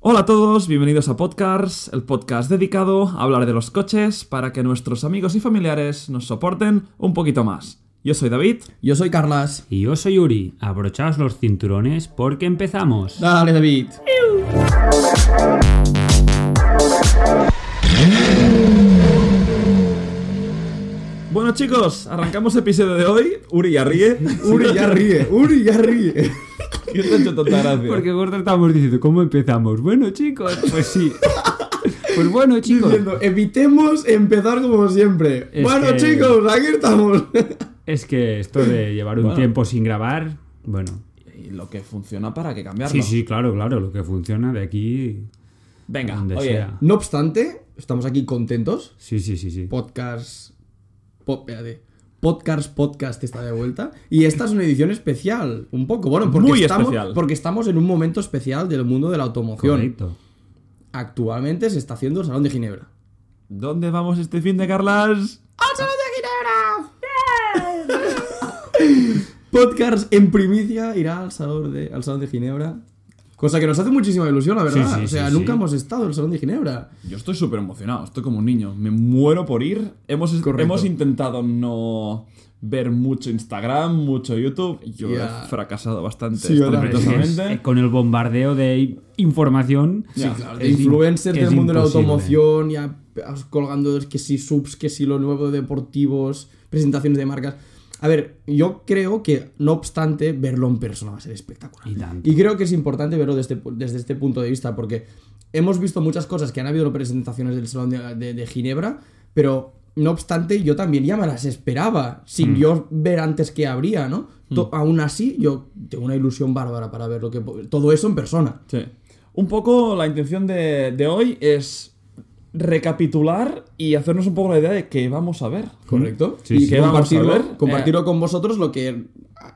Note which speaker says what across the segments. Speaker 1: Hola a todos, bienvenidos a Podcasts, el podcast dedicado a hablar de los coches para que nuestros amigos y familiares nos soporten un poquito más. Yo soy David.
Speaker 2: Yo soy Carlas.
Speaker 3: Y yo soy Uri. Abrochaos los cinturones porque empezamos.
Speaker 2: Dale, David.
Speaker 1: Bueno chicos, arrancamos el episodio de hoy. Uri ya ríe.
Speaker 2: Uri ya ríe, Uri ya ríe.
Speaker 1: ¿Qué te ha hecho tanta gracia?
Speaker 3: Porque vosotros estábamos diciendo, ¿cómo empezamos? Bueno, chicos, pues sí. Pues bueno, chicos.
Speaker 2: Diciendo, evitemos empezar como siempre.
Speaker 3: Es
Speaker 2: bueno,
Speaker 3: que-
Speaker 2: chicos, aquí estamos.
Speaker 3: Es que esto de llevar un
Speaker 1: Bueno.
Speaker 3: tiempo sin grabar, bueno.
Speaker 1: Y lo que funciona para que cambiarlo.
Speaker 3: Sí, sí, claro, claro. Lo que funciona de aquí.
Speaker 1: Venga,
Speaker 3: Donde
Speaker 1: oye,
Speaker 3: sea.
Speaker 2: No obstante, estamos aquí contentos.
Speaker 3: Sí, sí, sí, sí.
Speaker 2: Podcast. po- espérate. Podcast, podcast está de vuelta. Y esta es una edición especial, un poco. Bueno, porque,
Speaker 1: Muy
Speaker 2: estamos,
Speaker 1: especial.
Speaker 2: porque estamos en un momento especial del mundo de la automoción.
Speaker 3: Correcto.
Speaker 2: Actualmente se está haciendo el Salón de Ginebra.
Speaker 1: ¿dónde vamos este fin de Carlas?
Speaker 2: ¡Al Salón de Ginebra! Podcast en primicia irá al salón, de, al salón de Ginebra. Cosa que nos hace muchísima ilusión, la verdad.
Speaker 3: Sí, sí,
Speaker 2: o sea,
Speaker 3: sí,
Speaker 2: nunca
Speaker 3: sí.
Speaker 2: hemos estado en el Salón de Ginebra.
Speaker 1: Yo estoy súper emocionado, estoy como un niño, me muero por ir. Hemos,
Speaker 2: Correcto.
Speaker 1: hemos intentado no ver mucho Instagram, mucho YouTube. Yo
Speaker 2: Ya.
Speaker 1: he fracasado bastante
Speaker 2: Sí, yo
Speaker 3: Hombre,
Speaker 2: también.
Speaker 3: es que es-
Speaker 1: estrepitosamente.
Speaker 3: eh, con el bombardeo de información.
Speaker 1: Ya.
Speaker 2: claro,
Speaker 3: es in-
Speaker 2: influencers
Speaker 3: es
Speaker 2: del mundo de la
Speaker 3: imposible.
Speaker 2: automoción, ya as- colgando que si subs, que si lo nuevo de deportivos, presentaciones de marcas. A ver, yo creo que, no obstante, verlo en persona va a ser espectacular.
Speaker 3: Y tanto.
Speaker 2: Y creo que es importante verlo desde, pu- desde este punto de vista, porque hemos visto muchas cosas que han habido en presentaciones del Salón de, de- de Ginebra, pero no obstante, yo también ya me las esperaba, sin
Speaker 3: Mm.
Speaker 2: yo ver antes que habría, ¿no? To- Aún así, yo tengo una ilusión bárbara para ver lo que po- todo eso en persona.
Speaker 1: Sí. Un poco la intención de, de hoy es recapitular y hacernos un poco la idea de qué vamos a ver.
Speaker 2: ¿Correcto?
Speaker 3: Sí,
Speaker 2: y
Speaker 3: sí.
Speaker 2: que
Speaker 1: ¿Qué vamos a Eh.
Speaker 2: compartirlo,
Speaker 1: ver?
Speaker 2: compartirlo con vosotros lo que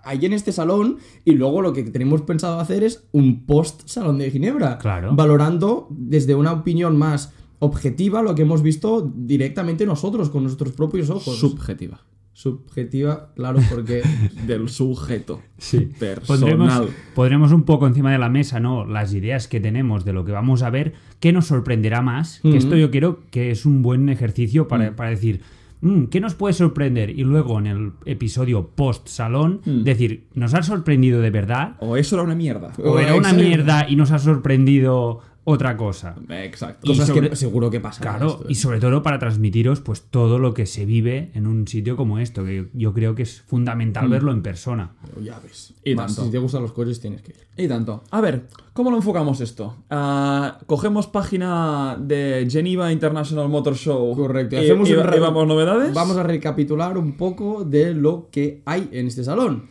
Speaker 2: hay en este salón y luego lo que tenemos pensado hacer es un post salón de Ginebra.
Speaker 3: Claro.
Speaker 2: Valorando desde una opinión más objetiva lo que hemos visto directamente nosotros con nuestros propios ojos.
Speaker 1: Subjetiva.
Speaker 2: Subjetiva, claro, porque
Speaker 1: Del sujeto.
Speaker 3: Sí.
Speaker 1: Personal.
Speaker 3: Pondremos, pondremos un poco encima de la mesa, ¿no? Las ideas que tenemos de lo que vamos a ver, que nos sorprenderá más. Que esto yo creo que es un buen ejercicio para, para decir. "Mm, ¿Qué nos puede sorprender? Y luego en el episodio post-salón, decir, ¿nos ha sorprendido de verdad?
Speaker 1: O eso era una mierda.
Speaker 3: ¿O era una
Speaker 2: Exacto.
Speaker 3: mierda y nos ha sorprendido otra cosa?
Speaker 1: Exacto.
Speaker 3: Y
Speaker 2: cosas
Speaker 3: sobre-
Speaker 2: que seguro que pasan. ¿eh?
Speaker 3: Claro, y sobre todo para transmitiros pues todo lo que se vive en un sitio como esto, que yo, yo creo que es fundamental verlo en persona.
Speaker 2: ya ves.
Speaker 1: Y
Speaker 2: Más,
Speaker 1: tanto.
Speaker 2: si te gustan los coches tienes que ir.
Speaker 1: Y tanto. A ver, ¿cómo lo enfocamos esto? Ah, cogemos página de Geneva International Motor Show.
Speaker 2: Correcto.
Speaker 1: Y,
Speaker 2: y hacemos
Speaker 1: Eh, y-
Speaker 2: un re-
Speaker 1: y vamos novedades.
Speaker 2: Vamos a recapitular un poco de lo que hay en este salón.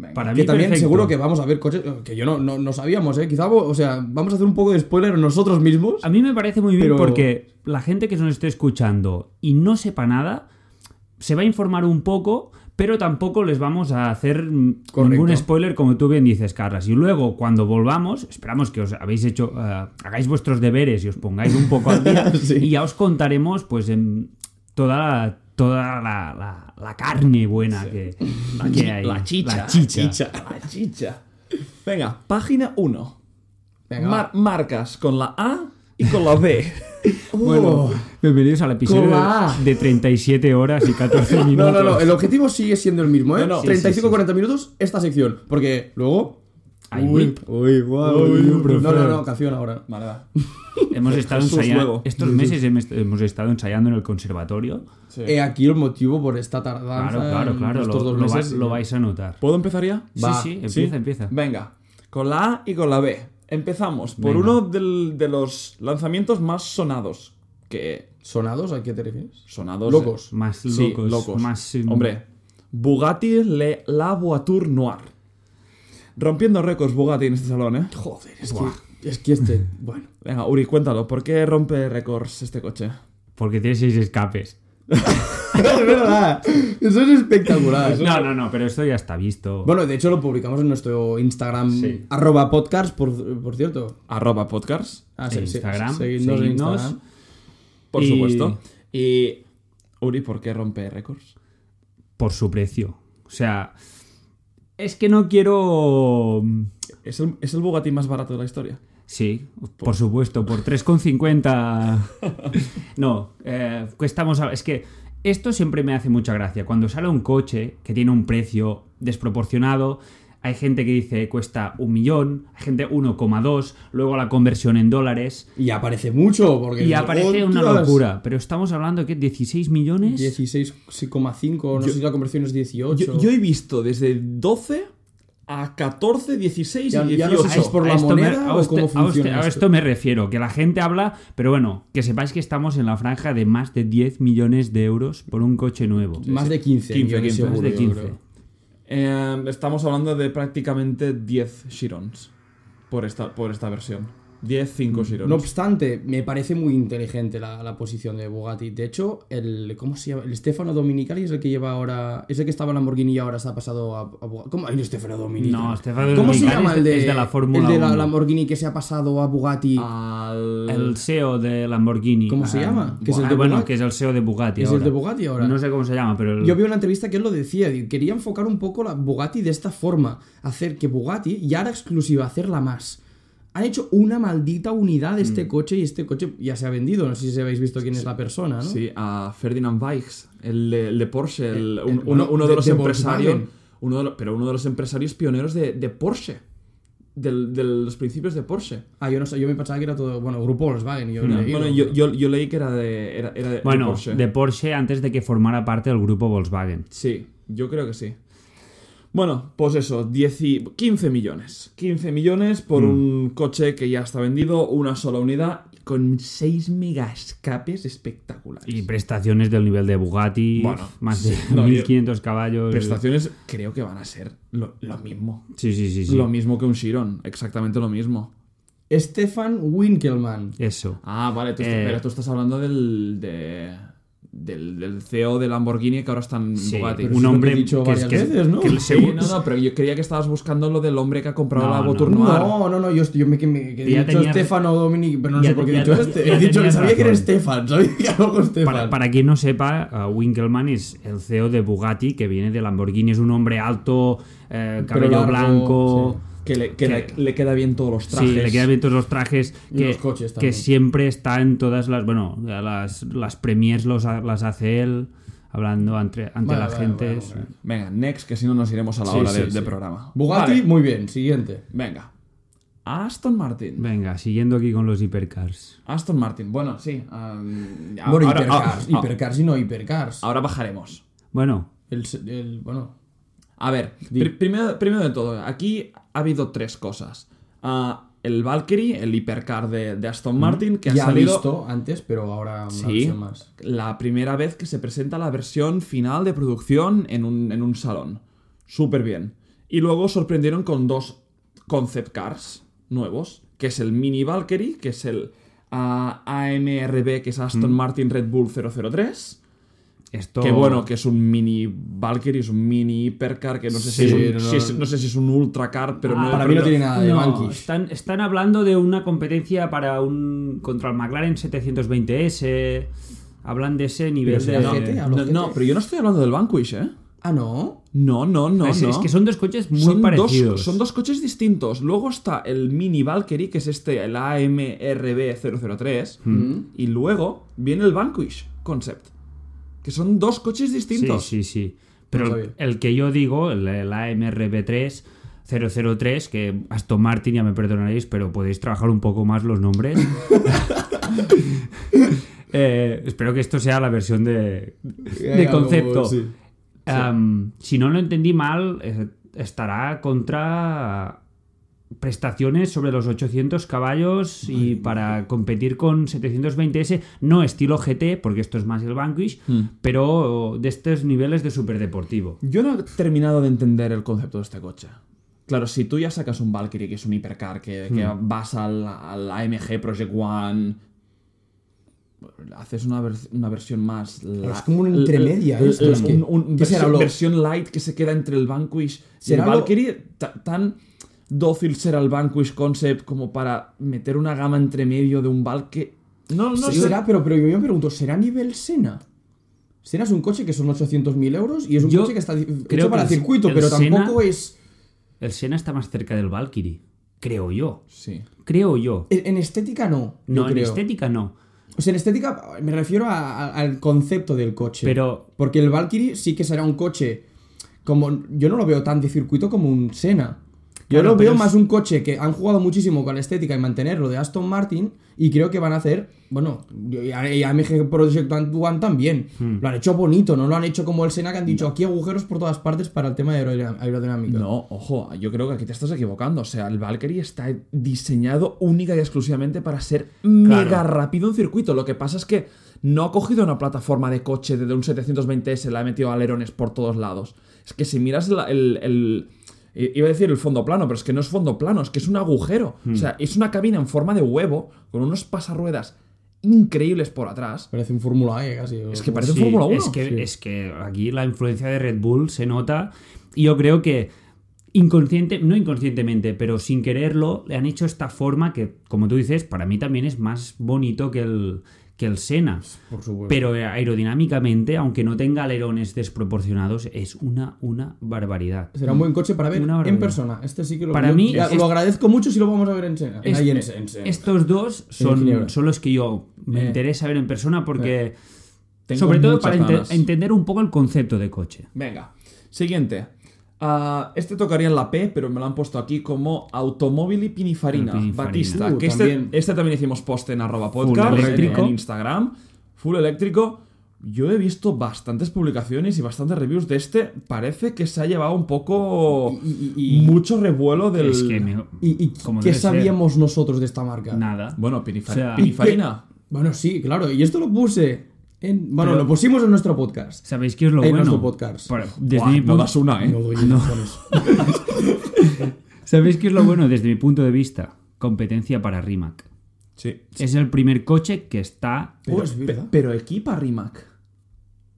Speaker 1: Venga.
Speaker 3: Para mí
Speaker 2: Que también
Speaker 3: perfecto.
Speaker 2: seguro que vamos a ver coches eh, que yo no, no, no sabíamos, ¿eh? Quizá, vo- o sea, vamos a hacer un poco de spoiler nosotros mismos.
Speaker 3: A mí me parece muy bien
Speaker 2: Pero-
Speaker 3: porque la gente que nos esté escuchando y no sepa nada, se va a informar un poco, pero tampoco les vamos a hacer mm,
Speaker 2: Correcto.
Speaker 3: ningún spoiler, como tú bien dices, Carlas. Y luego, cuando volvamos, esperamos que os habéis hecho, eh, hagáis vuestros deberes y os pongáis un poco al día.
Speaker 2: Sí.
Speaker 3: Y ya os contaremos, pues, en toda, toda la, la- la carne buena que, que hay.
Speaker 1: La chicha.
Speaker 3: La chicha.
Speaker 1: La chicha. Venga, página 1.
Speaker 2: Venga, va.
Speaker 1: marcas con la A y con la B.
Speaker 3: Bueno, bienvenidos al episodio
Speaker 2: Cola.
Speaker 3: de 37 horas y 14 minutos.
Speaker 2: No, no, no, el objetivo sigue siendo el mismo, ¿eh?
Speaker 1: No, no.
Speaker 2: 35-40 minutos esta sección, porque luego...
Speaker 3: Ay, whip.
Speaker 2: uy, guau,
Speaker 3: Uy,
Speaker 2: uy,
Speaker 3: yo prefiero.
Speaker 2: no, no, no, canción ahora.
Speaker 1: Vale, va.
Speaker 3: Hemos estado
Speaker 1: Jesús
Speaker 3: ensayando.
Speaker 1: luego.
Speaker 3: Estos meses hem- hemos estado ensayando en el conservatorio.
Speaker 1: Sí.
Speaker 2: He aquí el motivo por esta tardanza
Speaker 3: Claro, claro,
Speaker 2: en
Speaker 3: claro.
Speaker 2: estos
Speaker 3: Lo,
Speaker 2: dos
Speaker 3: lo
Speaker 2: meses.
Speaker 3: vais, lo vais a notar.
Speaker 1: ¿Puedo empezar ya?
Speaker 2: Va.
Speaker 3: sí, sí, empieza, empieza.
Speaker 1: Venga, con la A y con la B. Empezamos por
Speaker 3: Venga.
Speaker 1: uno del- de los lanzamientos más sonados. Que
Speaker 2: ¿Sonados? ¿A qué te refieres?
Speaker 1: sonados. eh,
Speaker 2: Locos.
Speaker 3: Más locos.
Speaker 1: Sí, locos.
Speaker 3: Más, eh,
Speaker 1: Hombre, Bugatti Le La Voiture Noir. Rompiendo récords Bugatti en este salón, ¿eh?
Speaker 2: Joder, es que, es que este... Bueno,
Speaker 1: Venga, Uri, cuéntalo. ¿Por qué rompe récords este coche?
Speaker 3: Porque tiene seis escapes.
Speaker 2: es verdad, eso es espectacular.
Speaker 3: No, no, no, pero esto ya está visto.
Speaker 2: Bueno, de hecho lo publicamos en nuestro Instagram,
Speaker 3: Sí.
Speaker 2: arroba podcast, por, por cierto.
Speaker 1: Arroba podcast.
Speaker 2: Ah,
Speaker 3: En
Speaker 2: sí, sí,
Speaker 3: Instagram,
Speaker 2: seguidnos en
Speaker 3: seguidnos.
Speaker 2: Instagram.
Speaker 1: Por
Speaker 3: Y-
Speaker 1: supuesto. Y. Uri, ¿por qué rompe récords?
Speaker 3: Por su precio. O sea. Es que no quiero.
Speaker 1: ¿Es el, es el Bugatti más barato de la historia.
Speaker 3: Sí, por supuesto, por 3,50. No, eh, estamos a- es que esto siempre me hace mucha gracia. Cuando sale un coche que tiene un precio desproporcionado, hay gente que dice cuesta un millón, hay gente 1,2, luego la conversión en dólares.
Speaker 2: Y aparece mucho, porque.
Speaker 3: Y aparece una
Speaker 2: ¡Ostras!
Speaker 3: locura, pero estamos hablando que 16 millones.
Speaker 2: 16,5, no sé si la conversión es 18.
Speaker 1: Yo, yo he visto desde 12 a 14, 16
Speaker 2: Ya-
Speaker 1: y
Speaker 2: ya
Speaker 1: 18.
Speaker 2: no sé si es por- la
Speaker 3: esto
Speaker 2: moneda
Speaker 3: a
Speaker 2: o
Speaker 3: este-
Speaker 2: cómo
Speaker 3: a
Speaker 2: funciona
Speaker 3: este- a
Speaker 2: esto?
Speaker 3: esto me refiero, que la gente habla, pero bueno, que sepáis que estamos en la franja de más de 10 millones de euros por un coche nuevo.
Speaker 2: Más de 15.
Speaker 1: 15,
Speaker 2: millones
Speaker 1: 15, más
Speaker 3: Más
Speaker 2: seguro,
Speaker 3: de
Speaker 2: yo
Speaker 3: 15.
Speaker 2: creo.
Speaker 1: Eh, estamos hablando de prácticamente 10 Shirons por esta, por esta versión. 10, 5 Shirons.
Speaker 2: No obstante, me parece muy inteligente la, la posición de Bugatti. De hecho, el. ¿Cómo se llama? El Stefano Dominicali es el que lleva ahora. Es el que estaba en Lamborghini y ahora se ha pasado a, a Bugatti. ¿Cómo? Ay, el Stefano Dominicali.
Speaker 3: No, Stefano
Speaker 2: ¿Cómo se
Speaker 3: Dominicali
Speaker 2: llama
Speaker 3: es-
Speaker 2: el de.
Speaker 3: es de la Fórmula Ah,
Speaker 2: El de la
Speaker 3: 1?
Speaker 2: Lamborghini que se ha pasado a Bugatti.
Speaker 1: Al-
Speaker 3: El CEO de Lamborghini.
Speaker 2: ¿Cómo se
Speaker 3: ah,
Speaker 2: llama? Que es el
Speaker 3: ah,
Speaker 2: de
Speaker 3: bueno,
Speaker 2: Bugatti.
Speaker 3: que es el CEO de Bugatti.
Speaker 2: es el
Speaker 3: ahora.
Speaker 2: de Bugatti ahora.
Speaker 3: No sé cómo se llama, pero el-
Speaker 2: Yo vi una entrevista que él lo decía, y quería enfocar un poco la Bugatti de esta forma, hacer que Bugatti ya era exclusiva, hacerla más. Han hecho una maldita unidad de
Speaker 3: Mm.
Speaker 2: este coche y este coche ya se ha vendido, no sé si habéis visto quién es la persona, ¿no?
Speaker 1: Sí, a Ferdinand Weichs, el de, el de Porsche, el- un-
Speaker 2: el-
Speaker 1: uno, uno de,
Speaker 2: de-
Speaker 1: los
Speaker 2: de
Speaker 1: empresarios,
Speaker 2: Volkswagen.
Speaker 1: uno de los- pero uno de los empresarios pioneros de, de Porsche, del- de los principios de Porsche.
Speaker 2: Ah, yo no sé, yo me pensaba que era todo, bueno, grupo Volkswagen, yo le digo.
Speaker 1: Bueno, yo, yo, yo leí que era de, era, era de- de
Speaker 3: bueno,
Speaker 1: Porsche.
Speaker 3: de Porsche antes de que formara parte del grupo Volkswagen.
Speaker 1: Sí, yo creo que sí. Bueno, pues eso, 10 y- 15 millones. 15 millones por
Speaker 3: Mm.
Speaker 1: un coche que ya está vendido, una sola unidad, con 6 megascapes espectaculares.
Speaker 3: Y prestaciones del nivel de Bugatti,
Speaker 1: Bueno,
Speaker 3: más de
Speaker 1: sí, no, yo-
Speaker 3: 1500 caballos.
Speaker 1: prestaciones creo que van a ser lo, lo mismo.
Speaker 3: Sí, sí, sí. sí.
Speaker 1: Lo mismo que un Chiron, exactamente lo mismo.
Speaker 2: Stefan Winkelmann.
Speaker 3: Eso.
Speaker 1: Ah, vale, tú,
Speaker 3: Eh.
Speaker 1: estás, pero tú estás hablando del, de- del, del CEO de Lamborghini que ahora está en
Speaker 3: Sí,
Speaker 1: Bugatti.
Speaker 2: es
Speaker 3: un
Speaker 2: lo que he
Speaker 3: hombre
Speaker 2: dicho
Speaker 3: que, es-
Speaker 2: varias
Speaker 3: que es-
Speaker 2: veces, ¿no?
Speaker 3: que el
Speaker 1: Sí,
Speaker 3: segu-
Speaker 1: no, no, pero yo creía que estabas buscando lo del hombre que ha comprado
Speaker 3: No,
Speaker 1: la
Speaker 3: no.
Speaker 1: Vautour Noir.
Speaker 2: No, no, no, yo, estoy, yo me, que me que he
Speaker 3: Ya
Speaker 2: dicho
Speaker 3: tenías-
Speaker 2: Stefano Dominic, pero no
Speaker 3: ya
Speaker 2: sé por qué he
Speaker 3: te-
Speaker 2: dicho
Speaker 3: ya-
Speaker 2: este.
Speaker 3: ya
Speaker 2: he dicho que
Speaker 3: tenías
Speaker 2: sabía que era
Speaker 3: razón.
Speaker 2: Stefan, sabía que era algo Stefan.
Speaker 3: Para, para quien no sepa, uh, Winkelmann es el CEO de Bugatti, que viene de Lamborghini, es un hombre alto, eh,
Speaker 2: largo,
Speaker 3: cabello blanco.
Speaker 1: Que, le, que
Speaker 3: Que-
Speaker 1: le- le queda bien todos los
Speaker 3: Sí,
Speaker 1: trajes.
Speaker 3: le quedan bien todos los trajes.
Speaker 2: Y
Speaker 3: Que,
Speaker 2: los coches
Speaker 3: que
Speaker 2: también.
Speaker 3: siempre está en todas las. Bueno, las, las premiers los, ha- las hace él, hablando ante, ante
Speaker 2: Vale,
Speaker 3: la
Speaker 2: vale,
Speaker 3: gente.
Speaker 2: vale,
Speaker 3: sí.
Speaker 2: vale.
Speaker 1: Venga, next, que si no nos iremos a la
Speaker 2: Sí,
Speaker 1: hora
Speaker 2: sí,
Speaker 1: de,
Speaker 2: sí.
Speaker 1: de programa.
Speaker 2: Bugatti,
Speaker 1: Vale,
Speaker 2: muy bien, siguiente.
Speaker 1: venga. Aston Martin.
Speaker 3: Venga, siguiendo aquí con los hipercars.
Speaker 1: Aston Martin, bueno, sí. um, ya-
Speaker 2: Bueno,
Speaker 1: ahora-
Speaker 2: hipercars,
Speaker 1: ah, ah,
Speaker 2: hipercars y no hipercars.
Speaker 1: ahora bajaremos.
Speaker 3: Bueno,
Speaker 2: El, se- el- bueno,
Speaker 1: A ver, pri- primero, primero de todo, aquí ha habido tres cosas. Ah, el Valkyrie, el hipercar de, de Aston Martin, que
Speaker 2: ya
Speaker 1: ha salido
Speaker 2: visto antes, pero ahora una
Speaker 1: sí,
Speaker 2: versión más.
Speaker 1: la primera vez que se presenta la versión final de producción en un, en un salón. Súper bien. Y luego sorprendieron con dos concept cars nuevos, que es el Mini Valkyrie, que es el ah, AMRB, que es Aston Martin Red Bull 003.
Speaker 3: esto.
Speaker 1: Que bueno, que es un mini Valkyrie, es un mini hipercar, que no sé si, es,
Speaker 2: Sí,
Speaker 1: un,
Speaker 2: no,
Speaker 1: si es-
Speaker 2: no.
Speaker 1: no sé si es un ultracar, pero no
Speaker 2: Ah, para mí no
Speaker 1: pero-
Speaker 2: tiene nada de
Speaker 3: Ah, No,
Speaker 2: Vanquish.
Speaker 3: están, están hablando de una competencia para un contra el McLaren 720S. Hablan de ese nivel
Speaker 2: Pero será
Speaker 1: No,
Speaker 3: de.
Speaker 2: GT,
Speaker 1: no,
Speaker 2: hablo GT.
Speaker 1: no, pero yo no estoy hablando del Vanquish, ¿eh?
Speaker 2: Ah, no.
Speaker 1: No, no, no.
Speaker 3: es,
Speaker 1: no.
Speaker 3: es que son dos coches muy
Speaker 1: Son dos,
Speaker 3: parecidos.
Speaker 1: son dos coches distintos. Luego está el Mini Valkyrie, que es este, el AMRB003.
Speaker 3: Mm.
Speaker 1: Y luego viene el Vanquish Concept. Que son dos coches distintos.
Speaker 3: Sí, sí, sí. Pero
Speaker 2: No
Speaker 3: el,
Speaker 2: sabía.
Speaker 3: el que yo digo, el, el AMRB3 003, que Aston Martin, ya me perdonaréis, pero podéis trabajar un poco más los nombres. Eh, espero que esto sea la versión de, de
Speaker 2: algo,
Speaker 3: concepto.
Speaker 2: sí.
Speaker 3: Am, Em, Si no lo entendí mal, eh, estará contra prestaciones sobre los 800 caballos y para competir con 720S, no estilo GT, porque esto es más el Vanquish,
Speaker 2: Mm.
Speaker 3: pero de estos niveles de superdeportivo.
Speaker 1: Yo no he terminado de entender el concepto de este coche. Claro, si tú ya sacas un Valkyrie, que es un hipercar, que, que
Speaker 2: Hmm.
Speaker 1: vas al, al AMG Project One, haces una, vers- una versión más... la-
Speaker 2: Es como una entremedia, ¿eh?
Speaker 1: l-
Speaker 2: esto,
Speaker 1: l-
Speaker 2: es que-
Speaker 1: un- un
Speaker 2: ¿qué será
Speaker 1: versión,
Speaker 2: lo-
Speaker 1: versión light que se queda entre el Vanquish y el
Speaker 2: ¿Será lo-
Speaker 1: Valkyrie. Ta- Tan dócil será el Vanquish Concept como para meter una gama entre medio de un Valkyrie. No, no sé.
Speaker 2: será, pero, pero yo me pregunto, ¿será nivel Sena? Sena es un coche que son 800.000 euros y es un
Speaker 3: Yo
Speaker 2: coche que está di-
Speaker 3: creo
Speaker 2: hecho
Speaker 3: que
Speaker 2: para
Speaker 3: el-
Speaker 2: circuito,
Speaker 3: el
Speaker 2: pero
Speaker 3: Senna-
Speaker 2: tampoco es...
Speaker 3: El Sena está más cerca del Valkyrie. Creo yo.
Speaker 1: Sí.
Speaker 3: Creo yo.
Speaker 2: En, en estética no. yo
Speaker 3: No, en
Speaker 2: creo.
Speaker 3: estética no.
Speaker 2: O sea, en estética me refiero a- a- al concepto del coche.
Speaker 3: Pero
Speaker 2: Porque el Valkyrie sí que será un coche como yo no lo veo tan de circuito como un Senna. Yo
Speaker 3: Claro,
Speaker 2: lo
Speaker 3: pero
Speaker 2: veo
Speaker 3: es-
Speaker 2: más un coche que han jugado muchísimo con la estética y mantenerlo de Aston Martin y creo que van a hacer, bueno, y a- y AMG Project One también.
Speaker 3: Hmm.
Speaker 2: Lo han hecho bonito, no lo han hecho como el Senna que han dicho aquí agujeros por todas partes para el tema de aerodinam- aerodinámica.
Speaker 1: No, ojo, yo creo que aquí te estás equivocando. O sea, el Valkyrie está diseñado única y exclusivamente para ser mega rápido en circuito. Lo que pasa es que no ha cogido una plataforma de coche de un 720S, la ha metido alerones por todos lados. Es que si miras la- el, el- i- Iba a decir el fondo plano, pero es que no es fondo plano, es que es un agujero. O sea,
Speaker 3: Hmm.
Speaker 1: es una cabina en forma de huevo con unos pasarruedas increíbles por atrás.
Speaker 2: Parece un Fórmula E casi. o-
Speaker 1: Es que parece
Speaker 3: sí,
Speaker 1: un Fórmula 1.
Speaker 3: es, que, es que aquí la influencia de Red Bull se nota. Y yo creo que inconsciente, no inconscientemente, pero sin quererlo, le han hecho esta forma que, como tú dices, para mí también es más bonito que el, que el Sena.
Speaker 2: por supuesto.
Speaker 3: Pero aerodinámicamente, aunque no tenga alerones desproporcionados, es una, una barbaridad.
Speaker 2: Será un buen coche para ver
Speaker 3: Una
Speaker 2: en
Speaker 3: barbaridad.
Speaker 2: persona. Este sí que lo
Speaker 3: Para
Speaker 2: yo-
Speaker 3: mí
Speaker 2: ya-
Speaker 3: es-
Speaker 2: lo agradezco mucho si lo vamos a ver en Senna.
Speaker 3: Es-
Speaker 2: Ahí en- en Senna.
Speaker 3: Estos dos
Speaker 2: Ginebra.
Speaker 3: son, son los que yo me
Speaker 2: Eh.
Speaker 3: interesa ver en persona porque,
Speaker 1: Eh, Tengo
Speaker 3: sobre todo,
Speaker 1: muchas
Speaker 3: para ente-
Speaker 1: ganas.
Speaker 3: entender un poco el concepto de coche.
Speaker 1: Venga, siguiente. Ah, este tocaría en la P, pero me lo han puesto aquí como automóvil y pinifarina.
Speaker 3: El pinifarina.
Speaker 1: Batista.
Speaker 2: Uh,
Speaker 1: que este
Speaker 2: también.
Speaker 1: este también. hicimos post en arroba podcast, en-
Speaker 3: eléctrico.
Speaker 1: en Instagram. Full eléctrico. Yo he visto bastantes publicaciones y bastantes reviews de este. Parece que se ha llevado un poco.
Speaker 2: Y- y- y-
Speaker 1: mucho revuelo del.
Speaker 3: Es que me-
Speaker 2: ¿Y, y
Speaker 3: como
Speaker 2: qué
Speaker 3: debe ser,
Speaker 2: sabíamos nosotros de esta marca?
Speaker 3: Nada.
Speaker 1: Bueno, pinifa-
Speaker 3: O sea-
Speaker 1: pinifarina.
Speaker 2: Bueno, sí, claro. Y esto lo puse en... Bueno, lo pusimos en nuestro podcast.
Speaker 3: ¿Sabéis qué es lo
Speaker 2: En
Speaker 3: bueno?
Speaker 2: nuestro podcast.
Speaker 3: Para- desde
Speaker 1: Buah,
Speaker 3: mi
Speaker 1: no
Speaker 3: punto-
Speaker 1: das una, ¿eh?
Speaker 2: No
Speaker 3: Ah,
Speaker 2: doy lecciones.
Speaker 3: ¿Sabéis qué es lo bueno desde mi punto de vista? Competencia para Rimac.
Speaker 1: Sí.
Speaker 3: Es el primer coche que está
Speaker 2: Oh, es verdad.
Speaker 1: Pe- pero equipa Rimac.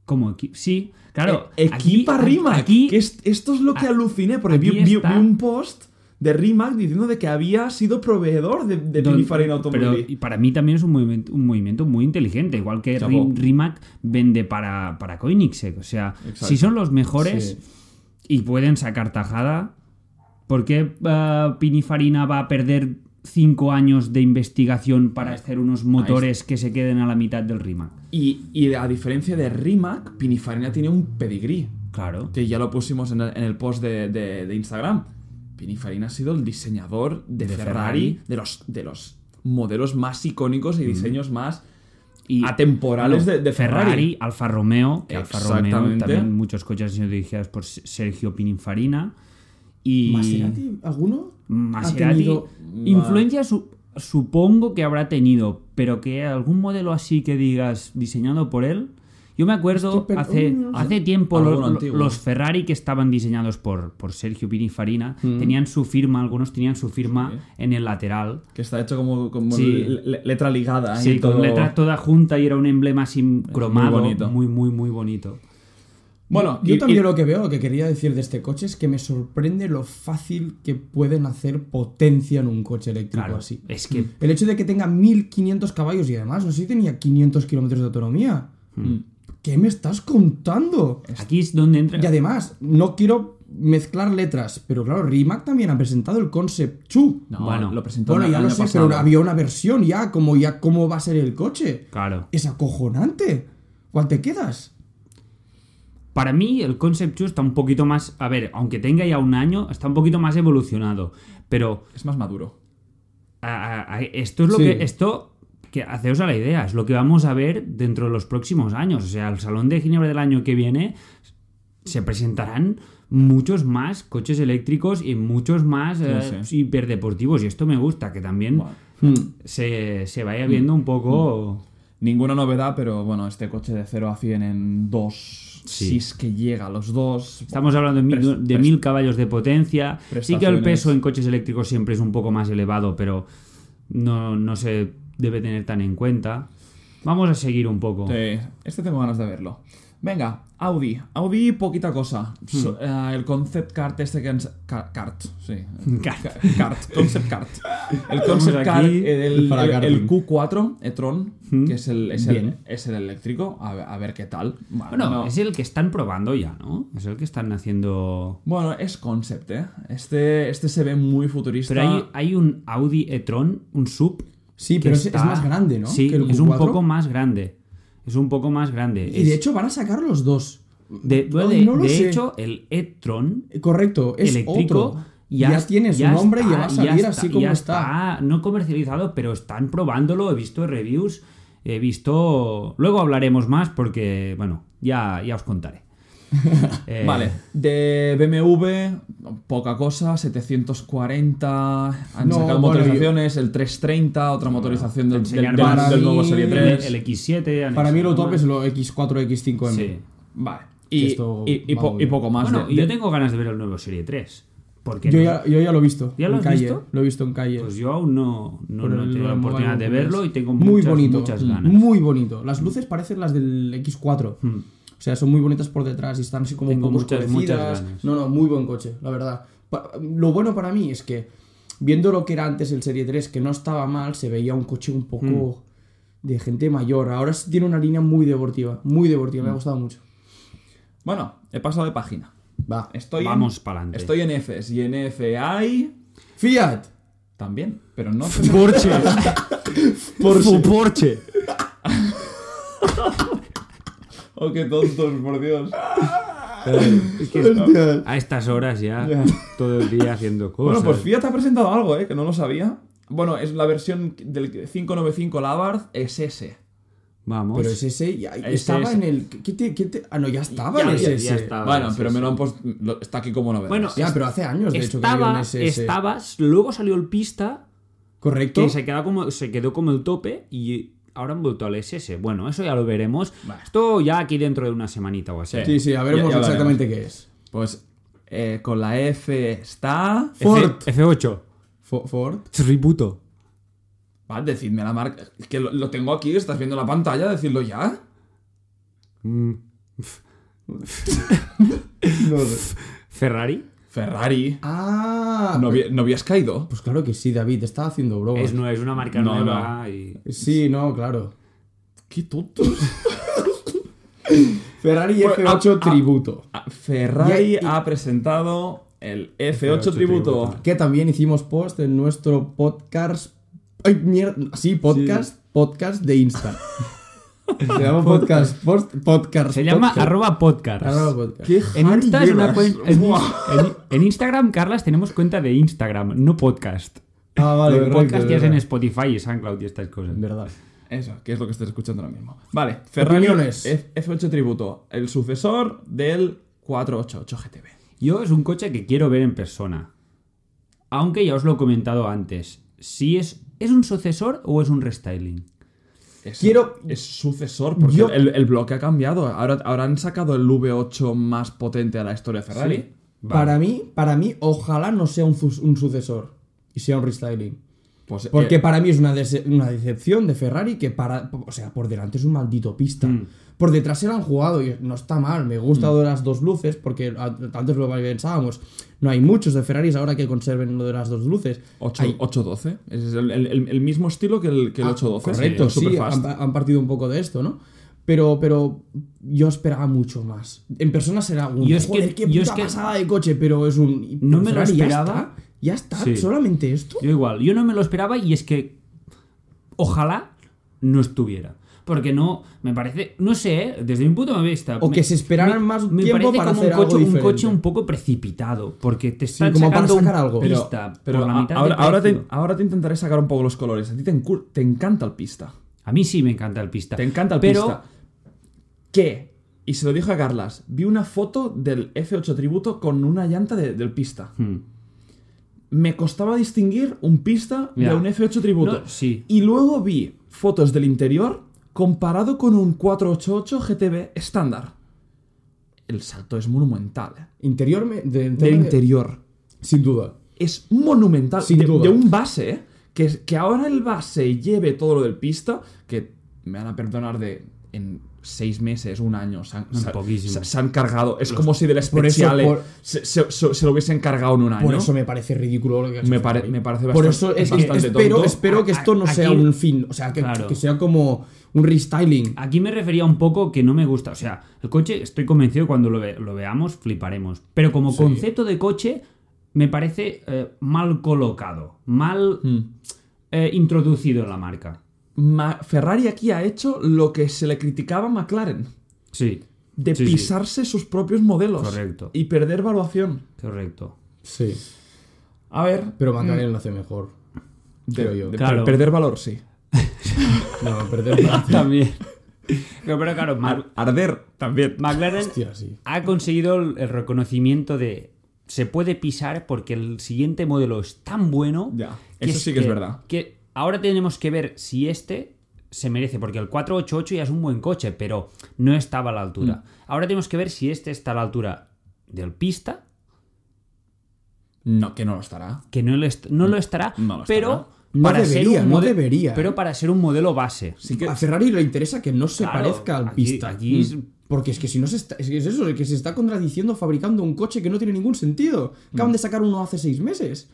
Speaker 3: como equi- Sí, claro.
Speaker 1: E-
Speaker 3: aquí-
Speaker 1: equipa Rimac.
Speaker 3: Aquí,
Speaker 1: que es- esto es lo que
Speaker 3: a-
Speaker 1: aluciné, porque vi,
Speaker 3: aquí
Speaker 1: vi-
Speaker 3: está.
Speaker 1: vi un post de Rimac diciendo de que había sido proveedor de, de
Speaker 3: Don-
Speaker 1: Pininfarina
Speaker 3: Pero
Speaker 1: Automobili.
Speaker 3: y para mí también es un movimiento, un movimiento muy inteligente, igual que
Speaker 1: Chapo.
Speaker 3: Rim- Rimac vende para, para Koenigsegg. O sea,
Speaker 1: Exacto.
Speaker 3: si son los mejores y pueden sacar tajada, ¿por qué ah, Pinifarina va a perder cinco años de investigación para hacer unos motores que se queden a la mitad del Rimac?
Speaker 1: Y, y a diferencia de Rimac, Pininfarina tiene un pedigrí,
Speaker 3: Claro.
Speaker 1: que ya lo pusimos en el, en el post de, de- de Instagram. Pininfarina ha sido el diseñador de,
Speaker 3: De
Speaker 1: Ferrari,
Speaker 3: Ferrari. Mm.
Speaker 1: de, los, de los modelos más icónicos y diseños más
Speaker 3: Y
Speaker 1: atemporales
Speaker 3: bueno,
Speaker 1: de, de Ferrari.
Speaker 3: Alfa Romeo, que Alfa Romeo
Speaker 1: Exactamente.
Speaker 3: también muchos coches han sido dirigidos por Se- Sergio Pininfarina. Y...
Speaker 2: ¿Maserati? ¿Alguno?
Speaker 3: Maserati.
Speaker 2: tenido-
Speaker 3: Influencia su- supongo que habrá tenido, pero que algún modelo así que digas diseñado por él. Yo me acuerdo
Speaker 2: Estoy per-
Speaker 3: hace,
Speaker 2: Uy, no sé.
Speaker 3: hace tiempo
Speaker 1: Alguno
Speaker 3: lo- lo-
Speaker 1: antiguo.
Speaker 3: los Ferrari que estaban diseñados por, por Sergio Pininfarina
Speaker 1: Mm.
Speaker 3: tenían su firma, algunos tenían su firma en el lateral.
Speaker 1: Que está hecho como, como
Speaker 3: Sí.
Speaker 1: le- le- letra ligada. ¿eh? y
Speaker 3: Sí, con
Speaker 1: todo-
Speaker 3: letra toda junta y era un emblema sin cromado. Muy,
Speaker 1: bonito.
Speaker 3: muy, muy, bonito.
Speaker 1: Bueno,
Speaker 2: Yo
Speaker 1: y-
Speaker 2: también
Speaker 1: y-
Speaker 2: lo que veo, lo que quería decir de este coche es que me sorprende lo fácil que pueden hacer potencia en un coche eléctrico
Speaker 3: Claro,
Speaker 2: así.
Speaker 3: es
Speaker 1: Mm.
Speaker 3: que
Speaker 2: El hecho de que tenga 1500 caballos y además, no sé si tenía 500 kilómetros de autonomía.
Speaker 1: Mm.
Speaker 2: ¿Qué me estás contando?
Speaker 3: aquí es donde entra...
Speaker 2: Y además, no quiero mezclar letras, pero claro, Rimac también ha presentado el concept 2.
Speaker 1: No,
Speaker 3: Bueno.
Speaker 1: lo presentó
Speaker 2: Bueno,
Speaker 1: el
Speaker 2: ya lo
Speaker 1: año
Speaker 2: sé,
Speaker 1: pasado.
Speaker 2: pero había una versión ya, como ya cómo va a ser el coche.
Speaker 3: Claro.
Speaker 2: Es acojonante. ¿Cuál te quedas?
Speaker 3: Para mí el Concept 2 está un poquito más, a ver, aunque tenga ya un año, está un poquito más evolucionado. Pero
Speaker 1: Es más maduro.
Speaker 3: a- a- a- esto es lo
Speaker 2: Sí.
Speaker 3: que... Esto, que haceos a la idea, es lo que vamos a ver dentro de los próximos años. O sea, el Salón de Ginebra del año que viene se presentarán muchos más coches eléctricos y muchos más eh,
Speaker 1: sí.
Speaker 3: hiperdeportivos. Y esto me gusta, que también
Speaker 1: Bueno,
Speaker 3: se, se vaya viendo un
Speaker 1: Mm.
Speaker 3: poco...
Speaker 1: Ninguna novedad, pero bueno, este coche de 0 a 100 en 2,
Speaker 3: Sí.
Speaker 1: si es que llega a los 2.
Speaker 3: Estamos hablando de mil,
Speaker 1: Pres-
Speaker 3: de
Speaker 1: pres-
Speaker 3: mil caballos de potencia. Sí que el
Speaker 1: prestaciones.
Speaker 3: peso en coches eléctricos siempre es un poco más elevado, pero no, no se debe tener tan en cuenta. Vamos a seguir un poco.
Speaker 1: Este tengo ganas de verlo. Venga, Audi. Audi, poquita cosa. So- eh, el concept cart este que ens... ca- Cart, sí.
Speaker 3: Cart.
Speaker 1: Ca- Cart, concept cart. El concept
Speaker 3: Mm. aquí
Speaker 1: cart, eh, el,
Speaker 2: para
Speaker 1: el-
Speaker 2: karting.
Speaker 1: el Q4 e-tron, que es el, es, el,
Speaker 2: Bien.
Speaker 1: es el eléctrico. A ver, a ver qué tal.
Speaker 3: Bueno,
Speaker 1: no.
Speaker 3: es el que están probando ya, ¿no? Es el que están haciendo...
Speaker 1: Bueno, es concept, ¿eh? Este, este se ve muy futurista.
Speaker 3: Pero hay, hay un Audi e-tron, un sub...
Speaker 2: Sí,
Speaker 3: que
Speaker 2: pero es- es
Speaker 3: está-
Speaker 2: más grande, ¿no?
Speaker 3: Sí,
Speaker 2: que el
Speaker 3: es un
Speaker 2: Q4.
Speaker 3: poco más grande. Es un poco más grande.
Speaker 2: Y de hecho van a sacar los dos.
Speaker 3: de,
Speaker 2: no-
Speaker 3: de-
Speaker 2: no lo
Speaker 3: de
Speaker 2: sé.
Speaker 3: hecho, el e-tron
Speaker 2: Correcto, es
Speaker 3: eléctrico
Speaker 2: otro. Ya, tiene su
Speaker 3: ya
Speaker 2: nombre y
Speaker 3: está,
Speaker 2: va a salir
Speaker 3: ya
Speaker 2: así
Speaker 3: está,
Speaker 2: como
Speaker 3: ya
Speaker 2: está.
Speaker 3: No comercializado, pero están probándolo. He visto reviews, he visto. Luego hablaremos más porque, bueno, ya, ya os contaré. Eh,
Speaker 1: Vale, de BMW, poca cosa, 740, han
Speaker 2: No,
Speaker 1: sacado
Speaker 2: bueno,
Speaker 1: motorizaciones, el 330, otra motorización del,
Speaker 3: enseñar
Speaker 1: del-
Speaker 3: más.
Speaker 1: del- del nuevo
Speaker 2: Para
Speaker 1: Serie
Speaker 2: mí-
Speaker 3: El,
Speaker 1: 3.
Speaker 3: el X7. han
Speaker 2: Para mí lo
Speaker 3: enseñado
Speaker 2: top es
Speaker 3: más.
Speaker 2: lo X4, X5M.
Speaker 3: Sí.
Speaker 1: Vale, y,
Speaker 2: esto
Speaker 1: y- y
Speaker 2: va
Speaker 1: po-
Speaker 2: muy
Speaker 1: y
Speaker 2: bien.
Speaker 1: poco más.
Speaker 3: Bueno,
Speaker 1: de-
Speaker 3: yo
Speaker 1: de-
Speaker 3: tengo ganas de ver el nuevo Serie 3. Porque
Speaker 2: Yo
Speaker 3: no-
Speaker 2: ya, yo ya lo he visto.
Speaker 3: ¿Ya
Speaker 2: en
Speaker 3: lo has
Speaker 2: calle.
Speaker 3: visto?
Speaker 2: Lo he visto en calle.
Speaker 3: pues yo aún no, no,
Speaker 2: Por
Speaker 3: no he
Speaker 2: el
Speaker 3: tenido la
Speaker 2: Mobile
Speaker 3: oportunidad de
Speaker 2: World Congress.
Speaker 3: verlo y tengo
Speaker 2: muy
Speaker 3: muchas,
Speaker 2: bonito, mm,
Speaker 3: muchas ganas. Hmm.
Speaker 2: Muy bonito. Las luces parecen las del X4. O sea, son muy bonitas por detrás y están así como
Speaker 3: Tengo
Speaker 2: un poco
Speaker 3: muchas,
Speaker 2: oscurecidas.
Speaker 3: muchas ganas.
Speaker 2: No, no, muy buen coche, la verdad. Pa- lo bueno para mí es que, viendo lo que era antes el Serie 3, que no estaba mal, se veía un coche un poco
Speaker 3: Hmm.
Speaker 2: de gente mayor. Ahora sí tiene una línea muy deportiva, muy deportiva,
Speaker 3: Hmm.
Speaker 2: me ha gustado mucho.
Speaker 1: Bueno, he pasado de página.
Speaker 2: Va.
Speaker 1: Estoy
Speaker 3: Vamos
Speaker 1: en,
Speaker 3: pa'lante.
Speaker 1: Estoy en Fs y en FI
Speaker 2: Fiat.
Speaker 1: también, pero no...
Speaker 3: Porsche. Porsche. Porsche.
Speaker 1: ¡Oh, qué tontos, por Dios!
Speaker 3: Eh, Es que a estas horas ya, todo el día haciendo
Speaker 1: Bueno,
Speaker 3: cosas.
Speaker 1: pues Fiat ha presentado algo, ¿eh? Que no lo sabía. Bueno, es la versión del 595 Labarth SS.
Speaker 3: Vamos.
Speaker 2: Pero es ese, ya,
Speaker 1: Ese
Speaker 2: estaba
Speaker 1: es-
Speaker 2: en el... ¿qué te- qué te- ah, no, ya estaba
Speaker 3: Pues, Ya,
Speaker 2: en
Speaker 3: ya,
Speaker 2: ese.
Speaker 3: ya estaba. Ah,
Speaker 1: bueno,
Speaker 3: sí,
Speaker 1: pero
Speaker 3: sí.
Speaker 1: me lo han puesto... lo- Está aquí como no veas.
Speaker 3: Bueno,
Speaker 2: Ya, pero hace años, de hecho, que había
Speaker 3: estaba,
Speaker 2: un SS.
Speaker 3: estabas, luego salió el pista,
Speaker 2: ¿Correcto?
Speaker 3: que se quedó, como, se quedó como el tope y ahora han vuelto al SS. Bueno, eso ya lo veremos.
Speaker 1: Vale.
Speaker 3: Esto ya aquí dentro de una semanita o así.
Speaker 1: Sí.
Speaker 2: Sí, sí, a
Speaker 1: Ya-
Speaker 2: veremos
Speaker 1: ya lo
Speaker 2: exactamente qué es.
Speaker 1: Pues eh, con la F está...
Speaker 2: Fo- Ford.
Speaker 3: F8.
Speaker 2: Fo- Ford.
Speaker 3: Tributo.
Speaker 1: Va, decidme la marca. Es que lo, lo tengo aquí, estás viendo la pantalla, decirlo ya.
Speaker 3: Mm. Ferrari.
Speaker 1: Ferrari.
Speaker 2: Ah,
Speaker 1: ¿No,
Speaker 2: pues,
Speaker 1: había- no habías caído?
Speaker 2: pues claro que sí, David, estaba haciendo bromas.
Speaker 3: Es, nue- es una marca
Speaker 1: No,
Speaker 3: nueva. y-
Speaker 2: Sí, no, claro.
Speaker 1: ¡Qué tontos!
Speaker 2: Ferrari
Speaker 1: Bueno,
Speaker 2: F8
Speaker 1: ah, ah.
Speaker 2: tributo.
Speaker 1: Ah, Ferrari
Speaker 2: Y- y-
Speaker 1: ha presentado el F8, tributo.
Speaker 3: F8 tributo.
Speaker 2: Que también hicimos post en nuestro podcast. Ay, mierda. Sí, podcast. Podcast de Insta. Se llama podcast. post- podcast.
Speaker 3: Se llama
Speaker 2: podcast.
Speaker 3: arroba podcast.
Speaker 2: Arroba podcast.
Speaker 1: ¿Qué
Speaker 3: En,
Speaker 1: Harry
Speaker 3: Insta es una
Speaker 1: llevas?
Speaker 3: cuen- en-
Speaker 1: Buah.
Speaker 3: en- en Instagram, Carlas, tenemos cuenta de Instagram, no podcast.
Speaker 2: Ah, vale,
Speaker 3: Lo de
Speaker 2: correcto,
Speaker 3: podcast ya es en
Speaker 2: verdad.
Speaker 3: Spotify y SoundCloud y estas cosas.
Speaker 2: Verdad.
Speaker 1: Eso, que es lo que estás escuchando ahora mismo. Vale, Ferrari
Speaker 2: Opiniones.
Speaker 1: F- F8 Tributo, el sucesor del 488 GTB.
Speaker 3: Yo es un coche que quiero ver en persona. Aunque ya os lo he comentado antes. Si es, ¿es un sucesor o es un restyling.
Speaker 1: Es,
Speaker 2: Quiero-
Speaker 1: es sucesor porque
Speaker 2: Yo-
Speaker 1: el, el bloque ha cambiado. Ahora, ahora han sacado el V8 más potente de la historia de Ferrari.
Speaker 3: Sí. Vale.
Speaker 2: Para mí, para mí, ojalá no sea un, sus- un sucesor y sea un restyling.
Speaker 1: Pues,
Speaker 2: Porque
Speaker 1: eh,
Speaker 2: para mí es una, dece- una decepción de Ferrari que para. O sea, por delante es un maldito pista.
Speaker 3: Mm.
Speaker 2: Por detrás se lo han jugado y no está mal. Me gustan las dos luces porque a- antes lo pensábamos. No hay muchos de Ferraris ahora que conserven lo de las dos luces.
Speaker 1: ocho-
Speaker 2: Hay-
Speaker 1: 812. Es el, el- el- el mismo estilo que el, que el
Speaker 2: Ah,
Speaker 1: 812.
Speaker 2: Correcto,
Speaker 1: el
Speaker 2: sí,
Speaker 1: Superfast.
Speaker 2: han, han partido un poco de esto, ¿no? Pero, pero yo esperaba mucho más. En persona será un.
Speaker 3: Yo es
Speaker 2: "Joder,
Speaker 3: que-
Speaker 2: qué
Speaker 3: yo
Speaker 2: puta
Speaker 3: es que-
Speaker 2: pasada de coche, pero es un.
Speaker 3: No me lo
Speaker 2: Ferrari, ya
Speaker 3: esperaba.
Speaker 2: está, Ya está,
Speaker 3: Sí.
Speaker 2: solamente esto.
Speaker 3: Yo igual, yo no me lo esperaba y es que ojalá no estuviera. Porque no, me parece, no sé, ¿eh? desde mi punto de vista.
Speaker 2: O
Speaker 3: me-
Speaker 2: que se esperaran más
Speaker 3: me
Speaker 2: tiempo
Speaker 3: parece
Speaker 2: para
Speaker 3: como
Speaker 2: hacer
Speaker 3: un coche,
Speaker 2: algo
Speaker 3: un coche
Speaker 2: diferente.
Speaker 3: un poco precipitado. Porque te están
Speaker 2: como para
Speaker 3: sacando un
Speaker 2: sacar algo. Pero-
Speaker 3: pista
Speaker 1: Pero
Speaker 3: por la
Speaker 1: a-
Speaker 3: mitad de
Speaker 1: ahora, ahora, te,
Speaker 3: precio.
Speaker 1: ahora te intentaré sacar un poco los colores. A ti te, encu- te encanta el pista.
Speaker 3: A mí sí me encanta el pista.
Speaker 1: Te encanta el
Speaker 3: pero,
Speaker 1: pista. ¿Qué? Y se lo dije a Carlas. Vi una foto del F8 Tributo con una llanta de- del pista.
Speaker 3: Hmm.
Speaker 1: Me costaba distinguir un pista
Speaker 3: Ya.
Speaker 1: de un F8 Tributo.
Speaker 3: No, sí.
Speaker 1: Y luego vi fotos del interior comparado con un 488 GTB estándar. El salto es monumental. ¿eh?
Speaker 2: Interior. me- de-
Speaker 1: Del
Speaker 2: de-
Speaker 1: interior.
Speaker 2: Sin duda.
Speaker 1: es monumental.
Speaker 2: Sin
Speaker 1: de,
Speaker 2: duda.
Speaker 1: de un base, ¿eh? que, que ahora el base lleve todo lo del pista, que me van a perdonar de en seis meses, un año, se han,
Speaker 3: No,
Speaker 1: se-
Speaker 3: poquísimo.
Speaker 1: se- se han cargado. Es como si del
Speaker 2: por eso,
Speaker 1: especial
Speaker 2: por-
Speaker 1: se, se- se- se lo hubiesen cargado en un
Speaker 3: Ah,
Speaker 1: año.
Speaker 2: Por eso me parece ridículo lo que has
Speaker 1: me,
Speaker 2: hecho,
Speaker 1: pare-
Speaker 2: Javi.
Speaker 1: me parece
Speaker 2: Por
Speaker 1: bastante,
Speaker 2: eso es- es-
Speaker 1: bastante
Speaker 2: espero,
Speaker 1: tonto.
Speaker 2: espero que esto no
Speaker 3: Aquí-
Speaker 2: sea un fin, o sea, que,
Speaker 3: Claro.
Speaker 2: que sea como un restyling.
Speaker 3: Aquí me refería un poco que no me gusta. O sea, el coche, estoy convencido cuando lo, ve- lo veamos, fliparemos. Pero como concepto de coche, me parece eh, mal colocado, mal eh, introducido en la marca.
Speaker 1: Ma- Ferrari aquí ha hecho lo que se le criticaba a McLaren.
Speaker 3: Sí.
Speaker 1: De
Speaker 3: Sí, sí.
Speaker 1: pisarse sus propios modelos.
Speaker 3: Correcto.
Speaker 1: Y perder valuación.
Speaker 3: Correcto.
Speaker 2: Sí.
Speaker 1: A ver,
Speaker 2: Pero McLaren lo hace mejor. Creo yo.
Speaker 1: de-
Speaker 3: Claro.
Speaker 1: per- perder valor, sí.
Speaker 2: No, perder la
Speaker 3: También. Ah, No, pero claro, Ma-
Speaker 1: Ar- arder también.
Speaker 3: McLaren
Speaker 2: hostia, sí.
Speaker 3: ha conseguido el el reconocimiento de se puede pisar porque el siguiente modelo es tan bueno.
Speaker 1: Ya, eso sí que es verdad.
Speaker 3: Que ahora tenemos que ver si este se merece, porque el 488 ya es un buen coche, pero no estaba a la altura.
Speaker 2: Mm.
Speaker 3: Ahora tenemos que ver si este está a la altura del pista,
Speaker 1: No, que no lo estará.
Speaker 3: que no, lo est- no lo estará,
Speaker 1: No lo
Speaker 3: pero
Speaker 1: estará.
Speaker 2: Mm. No debería, no
Speaker 3: mode-
Speaker 2: debería.
Speaker 3: Pero para ser un modelo base.
Speaker 1: Sí que
Speaker 2: A Ferrari le interesa que no se
Speaker 3: Claro,
Speaker 2: parezca al
Speaker 3: aquí-
Speaker 2: pista. Mm.
Speaker 3: aquí es-
Speaker 2: Porque es que si no se está. Es que es eso, es que se está contradiciendo fabricando un coche que no tiene ningún sentido. Acaban de sacar uno hace seis meses.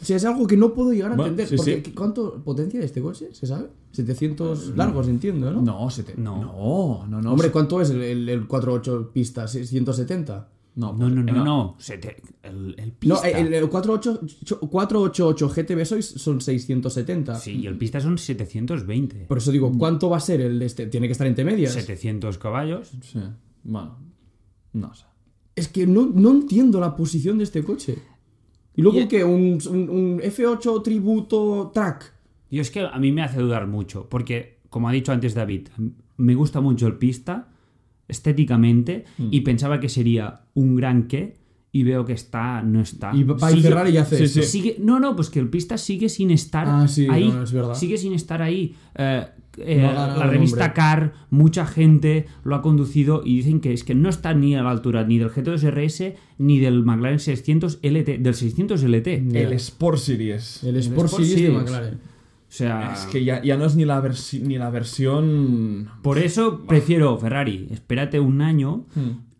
Speaker 2: O sea, es algo que no puedo llegar a
Speaker 1: Bueno,
Speaker 2: entender.
Speaker 1: sí,
Speaker 2: porque,
Speaker 1: sí.
Speaker 2: ¿Cuánto potencia de este coche? ¿Se sabe? 700 largos, entiendo, ¿no?
Speaker 1: No, se te-
Speaker 3: No.
Speaker 1: No, no, no.
Speaker 2: Hombre,
Speaker 1: se-
Speaker 2: ¿cuánto es el, el, el 48 pista? ¿670?
Speaker 1: no,
Speaker 3: No, no, no, no.
Speaker 1: no.
Speaker 3: se te- el, el
Speaker 2: No,
Speaker 3: pista.
Speaker 2: el, el 48 488 GTB sois- son 670.
Speaker 3: Sí, y el pista son 720.
Speaker 2: Por eso digo, ¿cuánto va a ser el de este? Tiene que estar entre medias.
Speaker 3: 700 caballos.
Speaker 1: Sí. Bueno, no sé.
Speaker 2: Es que no, no entiendo la posición de este coche. Y luego que un, un- un F8 tributo track.
Speaker 3: Yo es que a mí me hace dudar mucho, porque, como ha dicho antes David, me gusta mucho el pista estéticamente
Speaker 2: Mm.
Speaker 3: y pensaba que sería un gran qué y veo que está, no está.
Speaker 2: Y va a
Speaker 3: Sigue-
Speaker 2: Ferrari y hace
Speaker 1: sí,
Speaker 2: esto.
Speaker 1: sí.
Speaker 3: sigue- no, no, pues que el pista sigue sin estar
Speaker 2: Ah, sí,
Speaker 3: ahí.
Speaker 2: no, es verdad.
Speaker 3: Sigue sin estar ahí. Eh, eh,
Speaker 2: No ha ganado
Speaker 3: la
Speaker 2: el
Speaker 3: revista
Speaker 2: hombre.
Speaker 3: Car, mucha gente lo ha conducido y dicen que es que no está ni a la altura ni del G2 RS ni del McLaren 600 LT, del 600 LT.
Speaker 1: El Sport Series.
Speaker 2: El Sport Series de
Speaker 3: Series.
Speaker 2: McLaren.
Speaker 3: O sea,
Speaker 1: Es que ya, ya no es ni la, versi- ni la versión.
Speaker 3: Por eso prefiero Ferrari. Espérate un año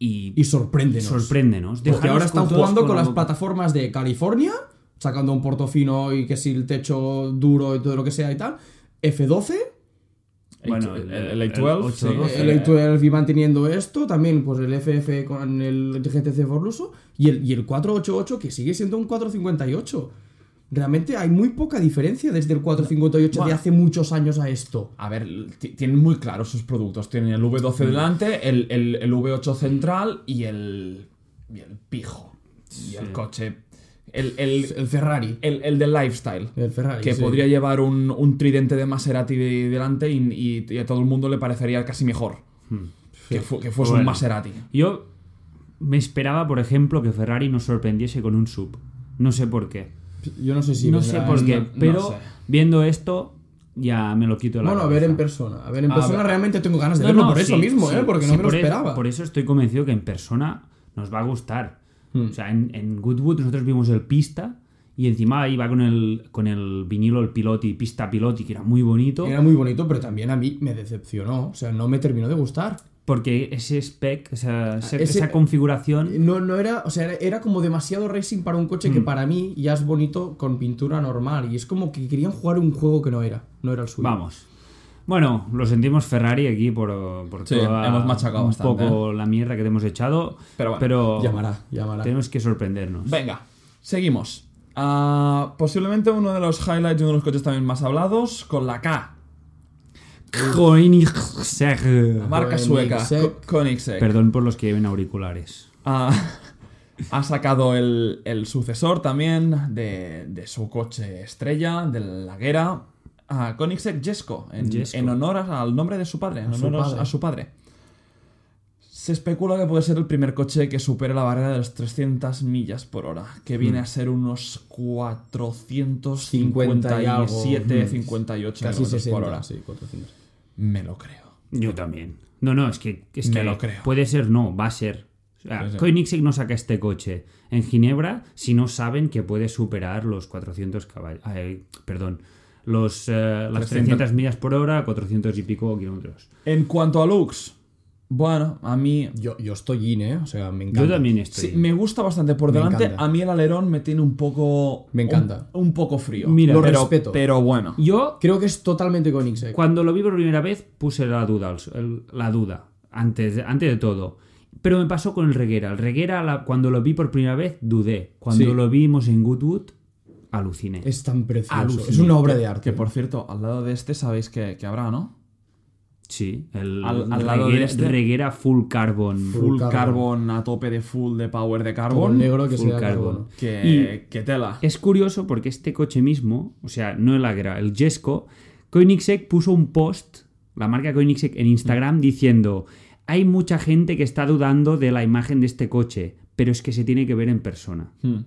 Speaker 3: y,
Speaker 2: Y sorpréndenos.
Speaker 3: sorpréndenos.
Speaker 2: Porque
Speaker 3: Déjanos
Speaker 2: ahora están
Speaker 3: todos
Speaker 2: jugando con,
Speaker 3: la
Speaker 2: las
Speaker 3: boca.
Speaker 2: plataformas de California, sacando un portofino y que si el techo duro y todo lo que sea y tal. F12,
Speaker 3: Bueno,
Speaker 1: el,
Speaker 3: el-
Speaker 1: el A12.
Speaker 3: el
Speaker 1: sí.
Speaker 3: 812.
Speaker 2: el A12 y manteniendo esto, también pues el FF con el GTC Forluso y el, y el 488 que sigue siendo un 458. Realmente hay muy poca diferencia desde el 458 de
Speaker 1: Bueno.
Speaker 2: hace muchos años a esto.
Speaker 1: A ver, ti- tienen muy claros sus productos. Tienen el V12 delante, el, el- el V8 central y el. Y el pijo. Y el coche. El, el,
Speaker 2: El Ferrari.
Speaker 1: el, el del lifestyle.
Speaker 2: El Ferrari.
Speaker 1: que
Speaker 2: sí.
Speaker 1: podría llevar un, un tridente de Maserati de- delante y, y- y a todo el mundo le parecería casi mejor. Que, fu- que fuese un
Speaker 3: Bueno.
Speaker 1: Maserati.
Speaker 3: Yo me esperaba, por ejemplo, que Ferrari nos sorprendiese con un sub. No sé por qué.
Speaker 2: Yo no sé si.
Speaker 3: no sé
Speaker 2: vendrá
Speaker 3: por
Speaker 2: en-
Speaker 3: qué.
Speaker 1: no- no
Speaker 3: pero
Speaker 1: sé.
Speaker 3: viendo esto, ya me lo quito de la
Speaker 2: Bueno, a ver
Speaker 3: cabeza.
Speaker 2: en persona. A ver, en
Speaker 1: A
Speaker 2: persona
Speaker 1: ver.
Speaker 2: realmente tengo ganas de
Speaker 3: No,
Speaker 2: verlo
Speaker 3: no,
Speaker 2: por eso
Speaker 3: sí,
Speaker 2: mismo,
Speaker 3: sí,
Speaker 2: ¿eh? Porque no
Speaker 3: sí,
Speaker 2: me lo
Speaker 3: por e-
Speaker 2: esperaba.
Speaker 3: por eso estoy convencido que en persona nos va a gustar.
Speaker 2: Hmm.
Speaker 3: O sea, en, en Goodwood nosotros vimos el pista y encima iba con el, con el vinilo, el piloti, pista piloti, que era muy bonito.
Speaker 2: Era muy bonito, pero también a mí me decepcionó. O sea, no me terminó de gustar.
Speaker 3: Porque ese spec, esa, esa-
Speaker 2: ese-
Speaker 3: esa configuración,
Speaker 2: No, no era, o sea, era, era como demasiado racing para un coche que
Speaker 3: Mm.
Speaker 2: para mí ya es bonito con pintura normal. Y es como que querían jugar un juego que no era, no era el suyo.
Speaker 3: vamos. Bueno, lo sentimos Ferrari aquí por, por
Speaker 1: Sí,
Speaker 3: toda
Speaker 1: hemos machacado
Speaker 3: un
Speaker 1: bastante,
Speaker 2: ¿eh?
Speaker 3: poco la mierda que te hemos echado,
Speaker 1: Pero bueno,
Speaker 2: Llamará, llamará.
Speaker 3: tenemos que sorprendernos.
Speaker 1: Venga, seguimos. Ah, posiblemente uno de los highlights y uno de los coches también más hablados, con la K,
Speaker 3: Koenigsegg.
Speaker 1: la marca sueca,
Speaker 2: Koenigsegg.
Speaker 1: Ko- Koenigsegg.
Speaker 3: Perdón por los que lleven auriculares.
Speaker 1: Ah, ha sacado el, el sucesor también de, de su coche estrella, de la Guerra, a Koenigsegg Jesko, en,
Speaker 3: Jesko.
Speaker 1: en honor a- al nombre de su padre, en
Speaker 2: su
Speaker 1: honor a-
Speaker 2: padre.
Speaker 1: a su padre. Se especula que puede ser el primer coche que supere la barrera de las 300 millas por hora, que viene a ser unos
Speaker 2: 50 y algo.
Speaker 1: 457, 58
Speaker 2: Casi
Speaker 1: kilómetros
Speaker 2: 60,
Speaker 1: por hora.
Speaker 2: sí, 400.
Speaker 1: Me lo creo.
Speaker 3: Yo también. No, no, es que, es
Speaker 1: Me
Speaker 3: que
Speaker 1: lo creo.
Speaker 3: puede ser, no, va a ser. O sea,
Speaker 1: Puede ser.
Speaker 3: Koenigsegg no saca este coche en Ginebra si no saben que puede superar los 400 caballos. ay, perdón, los, eh,
Speaker 1: 300.
Speaker 3: las 300 millas por hora, 400 y pico kilómetros.
Speaker 1: En cuanto a looks, bueno, a mí
Speaker 2: Yo, yo estoy in, ¿eh? O sea, me encanta.
Speaker 3: Yo también estoy.
Speaker 1: sí, me gusta bastante por
Speaker 2: Me
Speaker 1: delante.
Speaker 2: encanta.
Speaker 1: A mí el alerón me tiene un poco.
Speaker 2: Me encanta.
Speaker 1: Un, un poco frío.
Speaker 3: Mira,
Speaker 1: Lo
Speaker 2: pero-
Speaker 1: respeto. Pero bueno.
Speaker 3: Yo,
Speaker 2: Creo que es totalmente con ¿eh? Ixek.
Speaker 3: cuando lo vi por primera vez, puse la duda, el- el- la duda, antes de, antes de todo. Pero me pasó con el Reguera. El Reguera, la- cuando lo vi por primera vez, dudé. Cuando
Speaker 2: Sí.
Speaker 3: lo vimos en Goodwood, aluciné.
Speaker 2: Es tan precioso.
Speaker 3: Alucinante.
Speaker 2: Es una obra de arte.
Speaker 1: Que por cierto, al lado de este sabéis que, que habrá, ¿no?
Speaker 3: Sí, el
Speaker 1: Al- al lado de
Speaker 3: Reguera,
Speaker 1: este.
Speaker 3: Reguera Full Carbon.
Speaker 1: Full
Speaker 2: carbon.
Speaker 1: carbon. a tope de full de power de
Speaker 2: Todo
Speaker 1: carbon.
Speaker 2: negro que
Speaker 3: full
Speaker 2: sea
Speaker 3: carbon.
Speaker 2: carbono.
Speaker 1: Que, que tela.
Speaker 3: Es curioso porque este coche mismo, o sea, no el Agra, el Jesco, Koenigsegg puso un post, la marca Koenigsegg en
Speaker 2: Mm.
Speaker 3: Instagram, diciendo: Hay mucha gente que está dudando de la imagen de este coche, pero es que se tiene que ver en persona.
Speaker 1: Hmm.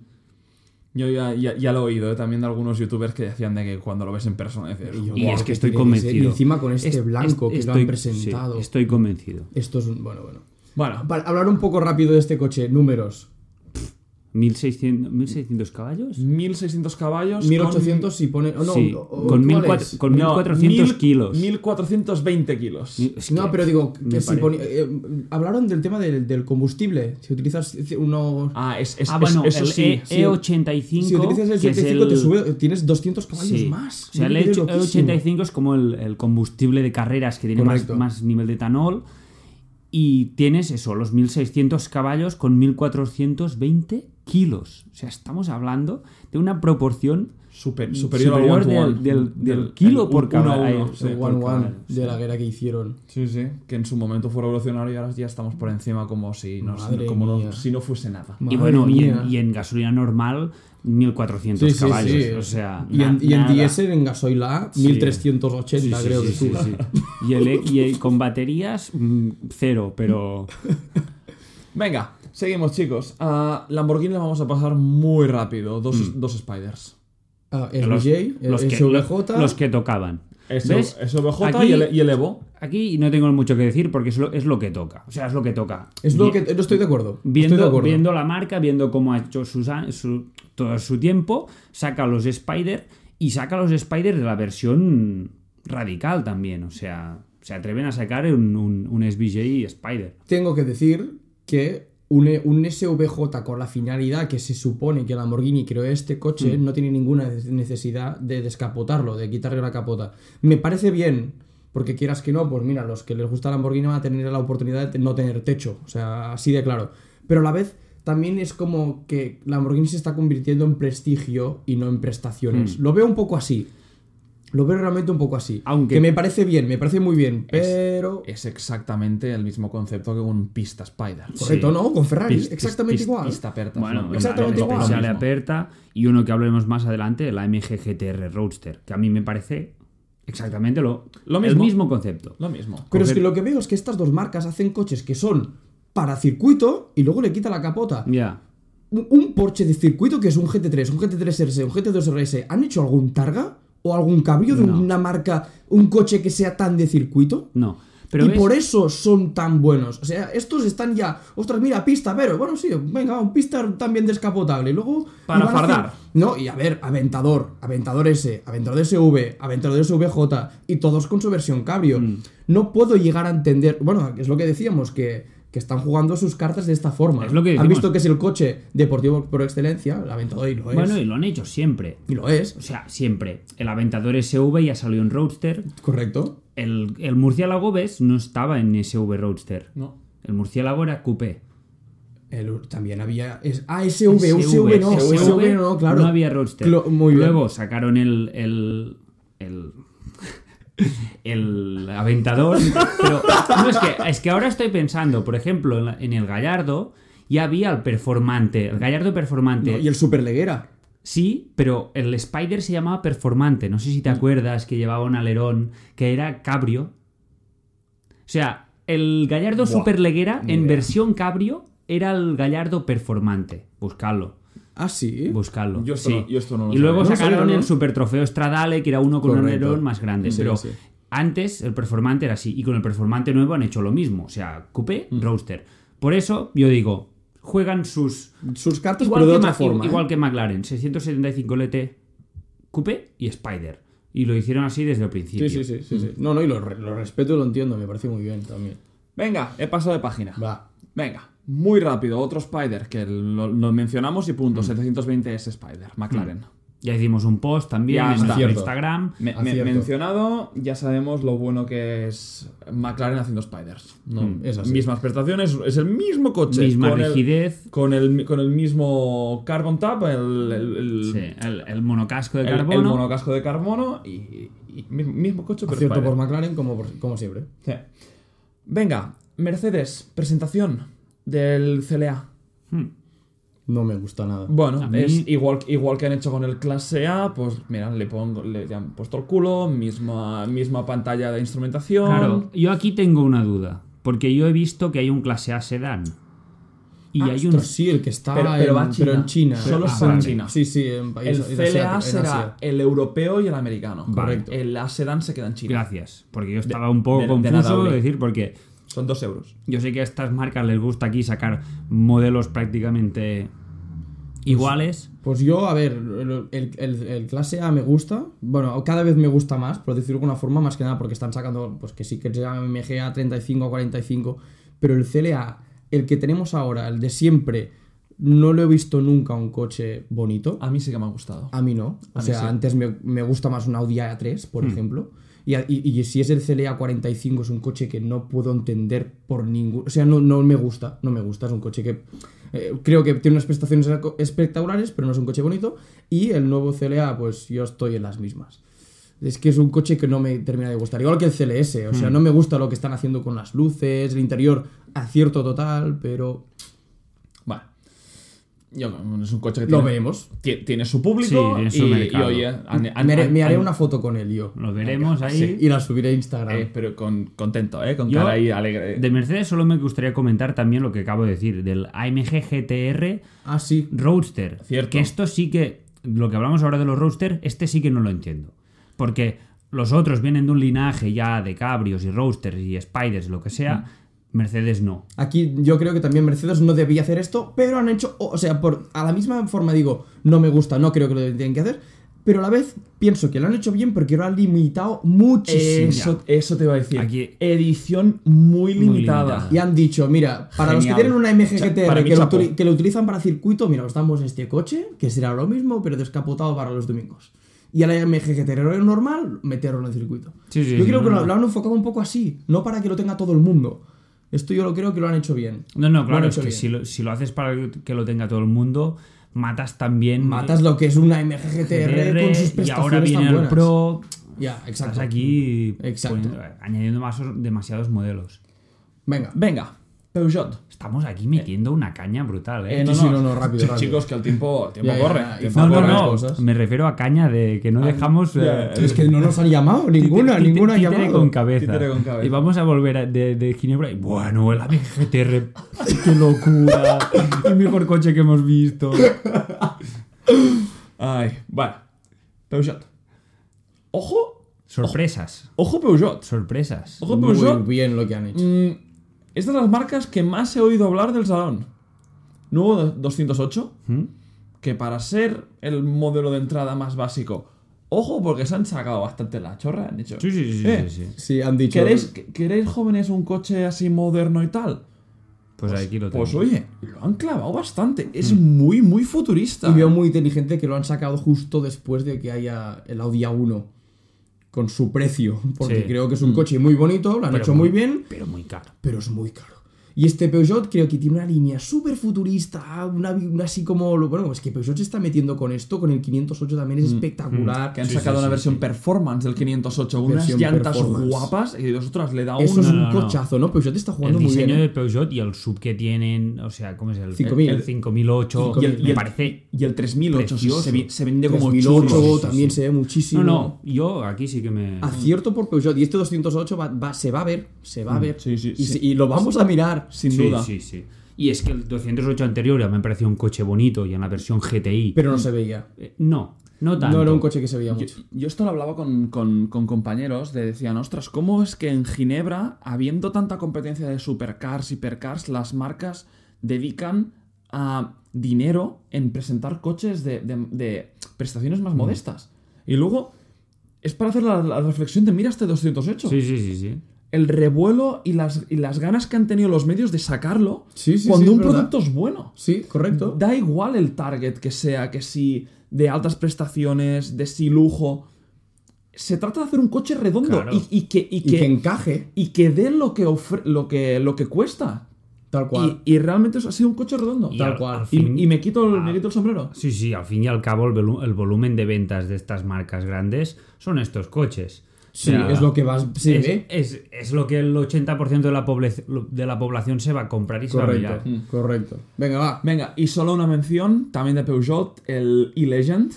Speaker 1: Yo ya, ya- ya lo he oído ¿eh? también de algunos youtubers que decían de que cuando lo ves en persona dices,
Speaker 2: Y yo,
Speaker 3: Y
Speaker 2: Guau,
Speaker 3: es
Speaker 2: que
Speaker 3: que estoy
Speaker 2: tiene que ser- y
Speaker 3: convencido.
Speaker 2: encima con este blanco que lo han
Speaker 3: sí,
Speaker 2: presentado.
Speaker 3: estoy convencido.
Speaker 2: Esto es un. Bueno, bueno.
Speaker 1: Bueno,
Speaker 2: Para hablar un poco rápido de este coche, números.
Speaker 3: 1600, 1600 caballos.
Speaker 1: 1600 caballos.
Speaker 2: 1800 si pone. oh, no,
Speaker 3: sí,
Speaker 2: o- o- ¿cuál
Speaker 3: con, 1400
Speaker 2: es?
Speaker 3: con
Speaker 1: con, no,
Speaker 3: 1400
Speaker 1: mil-
Speaker 3: kilos.
Speaker 1: 1420 kilos.
Speaker 3: Es
Speaker 2: No,
Speaker 3: que
Speaker 2: pero digo, que
Speaker 3: me
Speaker 2: si
Speaker 3: parece.
Speaker 2: pone- eh, hablaron del tema del, del combustible. Si utilizas unos.
Speaker 1: Ah, es, es-
Speaker 3: Ah, bueno,
Speaker 1: es- eso
Speaker 3: el
Speaker 1: sí.
Speaker 3: E- E85.
Speaker 2: si utilizas el
Speaker 3: que es
Speaker 2: 75, te
Speaker 3: el-
Speaker 2: sube, tienes 200 caballos
Speaker 3: Sí.
Speaker 2: Pues más.
Speaker 3: O sea, el
Speaker 2: Mira que loquísimo.
Speaker 3: E85 es como el, el combustible de carreras que tiene más,
Speaker 2: Correcto.
Speaker 3: más nivel de etanol. Y tienes eso, los 1600 caballos con 1420 kilos. O sea, estamos hablando de una proporción
Speaker 1: super- superior, al
Speaker 3: superior
Speaker 1: one to
Speaker 3: del-
Speaker 1: one.
Speaker 3: del- del kilo por
Speaker 1: uno a
Speaker 3: caballo.
Speaker 1: uno, sí.
Speaker 2: El
Speaker 3: por
Speaker 2: One One
Speaker 3: caballos,
Speaker 2: de la guerra que hicieron.
Speaker 1: Sí, sí, que en su momento fue revolucionario y ahora ya estamos por encima como si no,
Speaker 2: Madre
Speaker 1: como no-
Speaker 2: mía.
Speaker 1: si no fuese nada.
Speaker 3: y
Speaker 2: Madre
Speaker 3: bueno, y
Speaker 2: mía.
Speaker 3: en, y en gasolina normal, 1400
Speaker 2: Sí, sí,
Speaker 3: caballos.
Speaker 2: sí.
Speaker 3: O sea,
Speaker 2: Y en,
Speaker 3: na-
Speaker 2: y en
Speaker 3: nada.
Speaker 2: diésel, en gasoil
Speaker 3: Sí.
Speaker 2: 1380,
Speaker 3: Sí, sí,
Speaker 2: creo
Speaker 3: sí,
Speaker 2: que
Speaker 3: sí,
Speaker 2: sube.
Speaker 3: sí. Y, el, e- y el- con baterías, mm, cero, pero.
Speaker 1: Venga, seguimos chicos. A Lamborghini la vamos a pasar muy rápido. Dos, dos Spiders.
Speaker 2: Ah,
Speaker 3: Los,
Speaker 2: SVJ,
Speaker 3: los que,
Speaker 2: SVJ.
Speaker 3: los que tocaban. ¿Ves?
Speaker 1: Es BJ
Speaker 3: Aquí-
Speaker 1: y, el, y el Evo.
Speaker 3: Aquí no tengo mucho que decir porque es lo, es lo que toca. O sea, es lo que toca.
Speaker 2: Es lo
Speaker 3: Vi-
Speaker 2: que. No estoy de acuerdo.
Speaker 3: Viendo,
Speaker 2: estoy de acuerdo.
Speaker 3: viendo la marca, viendo cómo ha hecho sus a- su- todo su tiempo, saca los Spider y saca los Spider de la versión radical también. O sea, se atreven a sacar un, un, un SBJ Spider.
Speaker 2: Tengo que decir que un, E, un SVJ con la finalidad que se supone que Lamborghini creó este coche no tiene ninguna necesidad de descapotarlo, de quitarle la capota. Me parece bien, porque quieras que no, pues mira, los que les gusta Lamborghini van a tener la oportunidad de te- no tener techo, o sea, así de claro. Pero a la vez también es como que Lamborghini se está convirtiendo en prestigio y no en prestaciones. Lo veo un poco así. Lo veo realmente un poco así.
Speaker 3: Aunque-
Speaker 2: Que me parece bien, me parece muy bien, pero...
Speaker 1: Es exactamente el mismo concepto que un Pista Spider.
Speaker 2: Correcto,
Speaker 3: Sí.
Speaker 2: ¿no? Con Ferrari,
Speaker 3: Pis- pis-
Speaker 2: exactamente
Speaker 3: pis-
Speaker 2: igual.
Speaker 1: Pista Aperta.
Speaker 3: Bueno,
Speaker 1: ¿no?
Speaker 3: la-
Speaker 2: exactamente
Speaker 3: la-
Speaker 2: igual.
Speaker 3: sale
Speaker 1: Lo mismo.
Speaker 3: aperta y uno que hablaremos más adelante, la MG GTR Roadster, que a mí me parece exactamente lo,
Speaker 1: Lo
Speaker 3: el
Speaker 1: mismo.
Speaker 3: mismo concepto.
Speaker 1: Lo mismo.
Speaker 2: Pero es que lo que veo es que estas dos marcas hacen coches que son para circuito y luego le quita la capota.
Speaker 3: Ya.
Speaker 2: Un, un Porsche de circuito que es un GT3, un GT3RS, un GT2RS, ¿han hecho algún targa? ¿O algún cambio de
Speaker 3: No.
Speaker 2: una marca, un coche que sea tan de circuito?
Speaker 3: No. Pero
Speaker 2: y
Speaker 3: es-
Speaker 2: por eso son tan buenos. O sea, estos están ya. Ostras, mira, pista, pero bueno, sí, venga, un pista también descapotable. Y luego.
Speaker 1: Para
Speaker 2: y van a
Speaker 1: fardar.
Speaker 2: hacer- no, y a ver, Aventador, Aventador S, Aventador SV, Aventador SVJ, y todos con su versión cabrio.
Speaker 3: Mm.
Speaker 2: No puedo llegar a entender. Bueno, es lo que decíamos, que, que están jugando sus cartas de esta forma.
Speaker 3: Es lo que
Speaker 2: Han
Speaker 3: decimos.
Speaker 2: visto que es el coche deportivo por excelencia, el Aventador, y lo es.
Speaker 3: Bueno, y lo han hecho siempre.
Speaker 2: y lo es,
Speaker 3: O sea, siempre. El Aventador SV ya salió en Roadster.
Speaker 2: correcto.
Speaker 3: El, el Murciélago ves no estaba en SV Roadster.
Speaker 1: No.
Speaker 3: El Murciélago era coupé.
Speaker 2: El- también había. Es, ah, SV, SV, no,
Speaker 3: SV,
Speaker 2: SV no, claro.
Speaker 3: No había Roadster.
Speaker 2: Clo- muy bien.
Speaker 3: Luego sacaron el. el. el, el Aventador. Pero no, es, que, es que ahora estoy pensando, por ejemplo, en, la- en el Gallardo ya había el Performante. El Gallardo Performante.
Speaker 2: No, y el Superleguera.
Speaker 3: Sí, pero el Spider se llamaba Performante. No sé si
Speaker 2: Mm.
Speaker 3: te acuerdas que llevaba un alerón que era cabrio. O sea, el Gallardo
Speaker 1: Buah,
Speaker 3: Superleguera
Speaker 2: ni
Speaker 3: en
Speaker 2: idea.
Speaker 3: versión cabrio era el Gallardo Performante. Buscadlo,
Speaker 2: Ah, sí.
Speaker 3: buscadlo.
Speaker 1: Yo esto
Speaker 3: sí.
Speaker 1: no- yo esto no lo
Speaker 3: y luego
Speaker 2: sabía. No,
Speaker 3: sacaron
Speaker 2: sabía, no.
Speaker 3: el Super Trofeo Stradale, que era uno con un
Speaker 2: Correcto.
Speaker 3: alerón más grande.
Speaker 2: Sí,
Speaker 3: pero
Speaker 2: sí.
Speaker 3: antes el Performante era así. Y con el Performante nuevo han hecho lo mismo. O sea, Coupé,
Speaker 2: Mm.
Speaker 3: Roadster. Por eso yo digo, juegan sus
Speaker 2: Sus cartas,
Speaker 3: Igual
Speaker 1: ¿eh?
Speaker 2: pero de ¿eh?
Speaker 3: que,
Speaker 2: otra
Speaker 3: Ma-
Speaker 2: forma.
Speaker 3: igual
Speaker 2: ¿eh?
Speaker 3: que McLaren, 675 LT Coupé y Spider. Y lo hicieron así desde el principio.
Speaker 2: Sí, sí, sí,
Speaker 3: mm.
Speaker 2: sí, sí. No, no, y lo, re- lo respeto y lo entiendo, me parece muy bien también.
Speaker 1: Venga, he pasado de página.
Speaker 2: Va.
Speaker 1: Venga, muy rápido, otro Spider que lo, lo mencionamos y punto. 720 es Spider, McLaren.
Speaker 3: Ya hicimos un post también
Speaker 1: Ya
Speaker 3: en
Speaker 1: está.
Speaker 3: nuestro
Speaker 2: Cierto.
Speaker 3: Instagram.
Speaker 1: Me- me-
Speaker 2: Acierto.
Speaker 1: mencionado, ya sabemos lo bueno que es McLaren haciendo Spiders. ¿no?
Speaker 3: Mm.
Speaker 2: es así.
Speaker 1: Mismas prestaciones, es el mismo coche.
Speaker 3: Misma
Speaker 1: con el-
Speaker 3: rigidez.
Speaker 1: con, el, con el mismo carbon tap, el, el- el-
Speaker 3: Sí, el, el monocasco de
Speaker 1: el- el
Speaker 3: carbono.
Speaker 1: monocasco de carbono y, y mi- mismo coche, pero
Speaker 2: Acierto
Speaker 1: Spider.
Speaker 2: por McLaren como, por- como siempre.
Speaker 1: Sí. Venga, Mercedes, presentación del CLA.
Speaker 3: Hmm.
Speaker 2: No me gusta nada.
Speaker 1: Bueno,
Speaker 3: A mí-
Speaker 1: es igual, igual que han hecho con el clase A, pues mira, le, pongo, le, le han puesto el culo, misma, misma pantalla de instrumentación.
Speaker 3: Claro, yo aquí tengo una duda. Porque yo he visto que hay un clase A sedán.
Speaker 1: Ah,
Speaker 3: Y hay un.
Speaker 2: Ostras, sí, el que está
Speaker 1: Pero,
Speaker 2: en,
Speaker 1: pero va a China.
Speaker 2: pero en China.
Speaker 1: Solo
Speaker 2: Ah,
Speaker 1: está en
Speaker 3: vale.
Speaker 1: China.
Speaker 2: Sí, sí, en países
Speaker 1: el
Speaker 2: en
Speaker 1: CLA
Speaker 2: Asia- en
Speaker 1: será
Speaker 2: Asia.
Speaker 1: el europeo y el americano.
Speaker 2: Correcto.
Speaker 1: El A sedán se queda en China.
Speaker 3: Gracias. Porque yo estaba un poco
Speaker 1: de- de nada,
Speaker 3: confuso.
Speaker 1: Uri.
Speaker 3: es decir, porque
Speaker 1: Son dos euros.
Speaker 3: yo sé que a estas marcas les gusta aquí sacar modelos prácticamente iguales.
Speaker 2: Pues yo, a ver, el, el- el- el clase A me gusta. Bueno, cada vez me gusta más, por decirlo de alguna forma, más que nada porque están sacando, pues que sí que se llama MG a 35 o 45. Pero el CLA, el que tenemos ahora, el de siempre, no lo he visto nunca un coche bonito.
Speaker 1: A mí sí que me ha gustado.
Speaker 2: A mí no. O
Speaker 1: mí
Speaker 2: sea,
Speaker 1: sí. Hmm.
Speaker 2: antes me, me gusta más un Audi A3, por ejemplo. Y, a- y- y si es el CLA 45, es un coche que no puedo entender por ningún. O sea, no, no me gusta. No me gusta. Es un coche que. eh, creo que tiene unas prestaciones esco- espectaculares, pero no es un coche bonito. Y el nuevo CLA, pues yo estoy en las mismas. Es que es un coche que no me termina de gustar. Igual que el CLS. O sea,
Speaker 1: Hmm.
Speaker 2: no me gusta lo que están haciendo con las luces, el interior, acierto total, pero.
Speaker 1: Vale. Yo- es un coche que
Speaker 2: Lo
Speaker 1: tiene,
Speaker 2: veremos.
Speaker 1: ti- tiene su público
Speaker 3: Sí, tiene su
Speaker 1: y,
Speaker 3: mercado.
Speaker 1: y, oye, han- han-
Speaker 2: me, haré-
Speaker 1: han-
Speaker 2: me haré
Speaker 1: han-
Speaker 2: una foto con él yo.
Speaker 3: Lo veremos ahí.
Speaker 2: Sí, y la subiré a Instagram.
Speaker 1: eh, pero con, contento, ¿eh? Con
Speaker 3: Yo-
Speaker 1: cara ahí alegre.
Speaker 3: De Mercedes solo me gustaría comentar también lo que acabo de decir, del AMG GTR
Speaker 2: Ah, sí.
Speaker 3: Roadster.
Speaker 1: Cierto.
Speaker 3: Que esto sí que, lo que hablamos ahora de los Roadster, este sí que no lo entiendo. Porque los otros vienen de un linaje ya de cabrios y Roadsters y Spiders, lo que sea. Mercedes no.
Speaker 2: Aquí yo creo que también Mercedes no debía hacer esto, pero han hecho, o o sea, por, a la misma forma digo, no me gusta, no creo que lo tienen que hacer, pero a la vez pienso que lo han hecho bien porque lo han limitado muchísimo.
Speaker 1: Eso, eso te iba a decir.
Speaker 3: Aquí-
Speaker 1: Edición muy limitada.
Speaker 3: limitada.
Speaker 2: Y han dicho, mira, para los que
Speaker 1: Genial.
Speaker 2: tienen una
Speaker 1: Cha- para mí,
Speaker 2: MGTR que, lo
Speaker 1: chapo.
Speaker 2: utili- que lo utilizan para circuito, mira, os damos este coche, que será lo mismo, pero descapotado para los domingos. Y a la MGTR normal, meterlo en el circuito.
Speaker 3: Sí, sí,
Speaker 2: yo
Speaker 3: sí,
Speaker 2: creo
Speaker 3: no,
Speaker 2: que lo-
Speaker 3: no.
Speaker 2: lo han enfocado un poco así, no para que lo tenga todo el mundo. Esto yo lo creo que lo han hecho bien.
Speaker 3: No, no, claro,
Speaker 2: Lo han
Speaker 3: es
Speaker 2: hecho
Speaker 3: que
Speaker 2: bien.
Speaker 3: si lo, si lo haces para que lo tenga todo el mundo, matas también.
Speaker 2: Matas lo que es una
Speaker 3: GTR,
Speaker 2: MGGTR con sus prestaciones
Speaker 3: y ahora viene
Speaker 2: tan
Speaker 3: el
Speaker 2: buenas.
Speaker 3: Pro.
Speaker 2: Ya,
Speaker 3: Estás
Speaker 2: exacto.
Speaker 3: aquí
Speaker 2: Exacto.
Speaker 3: poniendo- añadiendo más, demasiados modelos.
Speaker 2: Venga.
Speaker 1: Venga, Peugeot.
Speaker 3: Estamos aquí metiendo una caña brutal, ¿eh?
Speaker 1: Eh,
Speaker 2: Sí, sí, no, no, rápido,
Speaker 1: Ch-
Speaker 2: rápido.
Speaker 1: Chicos, que el tiempo, el tiempo
Speaker 2: Ya, ya,
Speaker 1: corre.
Speaker 2: ya,
Speaker 1: el
Speaker 2: y
Speaker 1: tiempo
Speaker 3: No, no,
Speaker 1: corre.
Speaker 2: las
Speaker 3: no.
Speaker 2: cosas.
Speaker 3: Me refiero a caña de que no dejamos.
Speaker 1: ya,
Speaker 3: eh,
Speaker 1: ya.
Speaker 2: Es que no nos han llamado, ninguna,
Speaker 3: títere-
Speaker 2: ninguna ha
Speaker 3: títere
Speaker 2: llamado.
Speaker 3: con cabeza.
Speaker 1: Títere con cabeza.
Speaker 3: Y vamos a volver a- de, de Ginebra. Y bueno, el ABGTR. ¡Qué locura! el mejor coche que hemos visto.
Speaker 1: Ay, vale. Peugeot. Ojo,
Speaker 3: Sorpresas.
Speaker 1: ojo Peugeot.
Speaker 3: Sorpresas.
Speaker 1: Ojo
Speaker 2: Muy
Speaker 1: Peugeot.
Speaker 2: bien lo que han hecho.
Speaker 1: Mm, es de las marcas que más he oído hablar del salón. Nuevo do- 208,
Speaker 3: ¿Mm?
Speaker 1: que para ser el modelo de entrada más básico, ojo porque se han sacado bastante la chorra, han dicho.
Speaker 3: Sí, sí, sí,
Speaker 1: Eh,
Speaker 3: sí, sí.
Speaker 2: Sí, han dicho.
Speaker 1: ¿Queréis, que- ¿Queréis jóvenes un coche así moderno y tal?
Speaker 3: Pues, aquí lo tengo.
Speaker 1: Pues oye, lo han clavado bastante. Es muy, muy futurista.
Speaker 2: Y veo muy inteligente que lo han sacado justo después de que haya el Audi A1 con su precio. Porque
Speaker 3: Sí. Mm.
Speaker 2: creo que es un coche muy bonito, lo han
Speaker 3: Pero
Speaker 2: hecho muy bien,
Speaker 3: Pero muy caro.
Speaker 2: pero es muy caro. Y este Peugeot creo que tiene una línea súper futurista, una, una así como... lo- Bueno, es que Peugeot se está metiendo con esto, con el 508 también es espectacular.
Speaker 1: Que han
Speaker 3: Mm. Sí,
Speaker 1: sacado
Speaker 3: sí,
Speaker 1: una
Speaker 3: sí,
Speaker 1: versión performance del
Speaker 2: Versión
Speaker 1: 508, unas llantas
Speaker 2: performance.
Speaker 1: guapas y nosotras le da un...
Speaker 2: Eso es
Speaker 3: no,
Speaker 2: un
Speaker 3: no, no.
Speaker 2: cochazo, ¿no? Peugeot está jugando
Speaker 3: El
Speaker 2: muy bien.
Speaker 3: diseño
Speaker 2: ¿eh?
Speaker 3: de Peugeot y el sub que tienen, o sea, ¿cómo es el?
Speaker 2: 5000.
Speaker 3: El 5008.
Speaker 1: Y el- y
Speaker 3: me
Speaker 1: el-
Speaker 3: parece.
Speaker 1: Y el 3008 se,
Speaker 3: Precioso.
Speaker 1: se vi- se vende como
Speaker 2: 2008
Speaker 1: churros.
Speaker 2: también se ve muchísimo.
Speaker 3: No, no, yo aquí sí que
Speaker 2: Ah,
Speaker 3: me.
Speaker 2: Acierto por Peugeot. Y este 208 va- va- se va a ver. Se
Speaker 3: Mm.
Speaker 2: va a ver.
Speaker 1: sí, sí,
Speaker 2: y,
Speaker 1: sí.
Speaker 2: se- y lo vamos a mirar.
Speaker 1: Sin
Speaker 3: sí,
Speaker 1: duda.
Speaker 3: sí, sí. Y es que el 208 anterior ya me parecía un coche bonito y en la versión GTI.
Speaker 2: Pero no se veía.
Speaker 3: eh, no, no tanto.
Speaker 2: No era un coche que se veía
Speaker 1: Yo,
Speaker 2: mucho.
Speaker 1: yo esto lo hablaba con, con- con compañeros, de decían, ostras, ¿cómo es que en Ginebra, habiendo tanta competencia de supercars, hipercars, las marcas dedican a
Speaker 3: Mm.
Speaker 1: dinero en presentar coches de, de- de prestaciones más modestas? Y luego es para hacer la, la reflexión de mira este 208.
Speaker 3: Sí, sí, sí, sí.
Speaker 1: El revuelo y las, y las ganas que han tenido los medios de sacarlo
Speaker 2: Sí, sí,
Speaker 1: cuando
Speaker 2: sí,
Speaker 1: un
Speaker 2: es verdad.
Speaker 1: producto es bueno.
Speaker 2: Sí, correcto.
Speaker 1: Da igual el target que sea, que si de altas prestaciones, de si lujo. Se trata de hacer un coche redondo
Speaker 3: Claro.
Speaker 1: y, y que, y
Speaker 2: Y que
Speaker 1: que,
Speaker 2: encaje,
Speaker 1: y que dé lo que, ofre- lo que, lo que cuesta.
Speaker 2: tal cual.
Speaker 1: Y, y realmente eso ha sido un coche redondo.
Speaker 3: Y
Speaker 1: Tal
Speaker 3: al-
Speaker 1: cual.
Speaker 3: al
Speaker 1: Y-
Speaker 3: fin-
Speaker 1: y me, quito el, me
Speaker 3: ah.
Speaker 1: quito el sombrero.
Speaker 3: Sí, sí, al fin y al cabo el, velu- el volumen de ventas de estas marcas grandes son estos coches. O
Speaker 2: Sí,
Speaker 3: sea,
Speaker 2: es lo que vas. Se
Speaker 3: es,
Speaker 2: ve.
Speaker 3: es- es lo que el 80% de la, poblec- de la población se va a comprar y se va a
Speaker 2: Correcto,
Speaker 3: mirar.
Speaker 2: correcto. Venga,
Speaker 3: Eh,
Speaker 2: va.
Speaker 1: Venga, y solo una mención también de Peugeot, el e-Legend.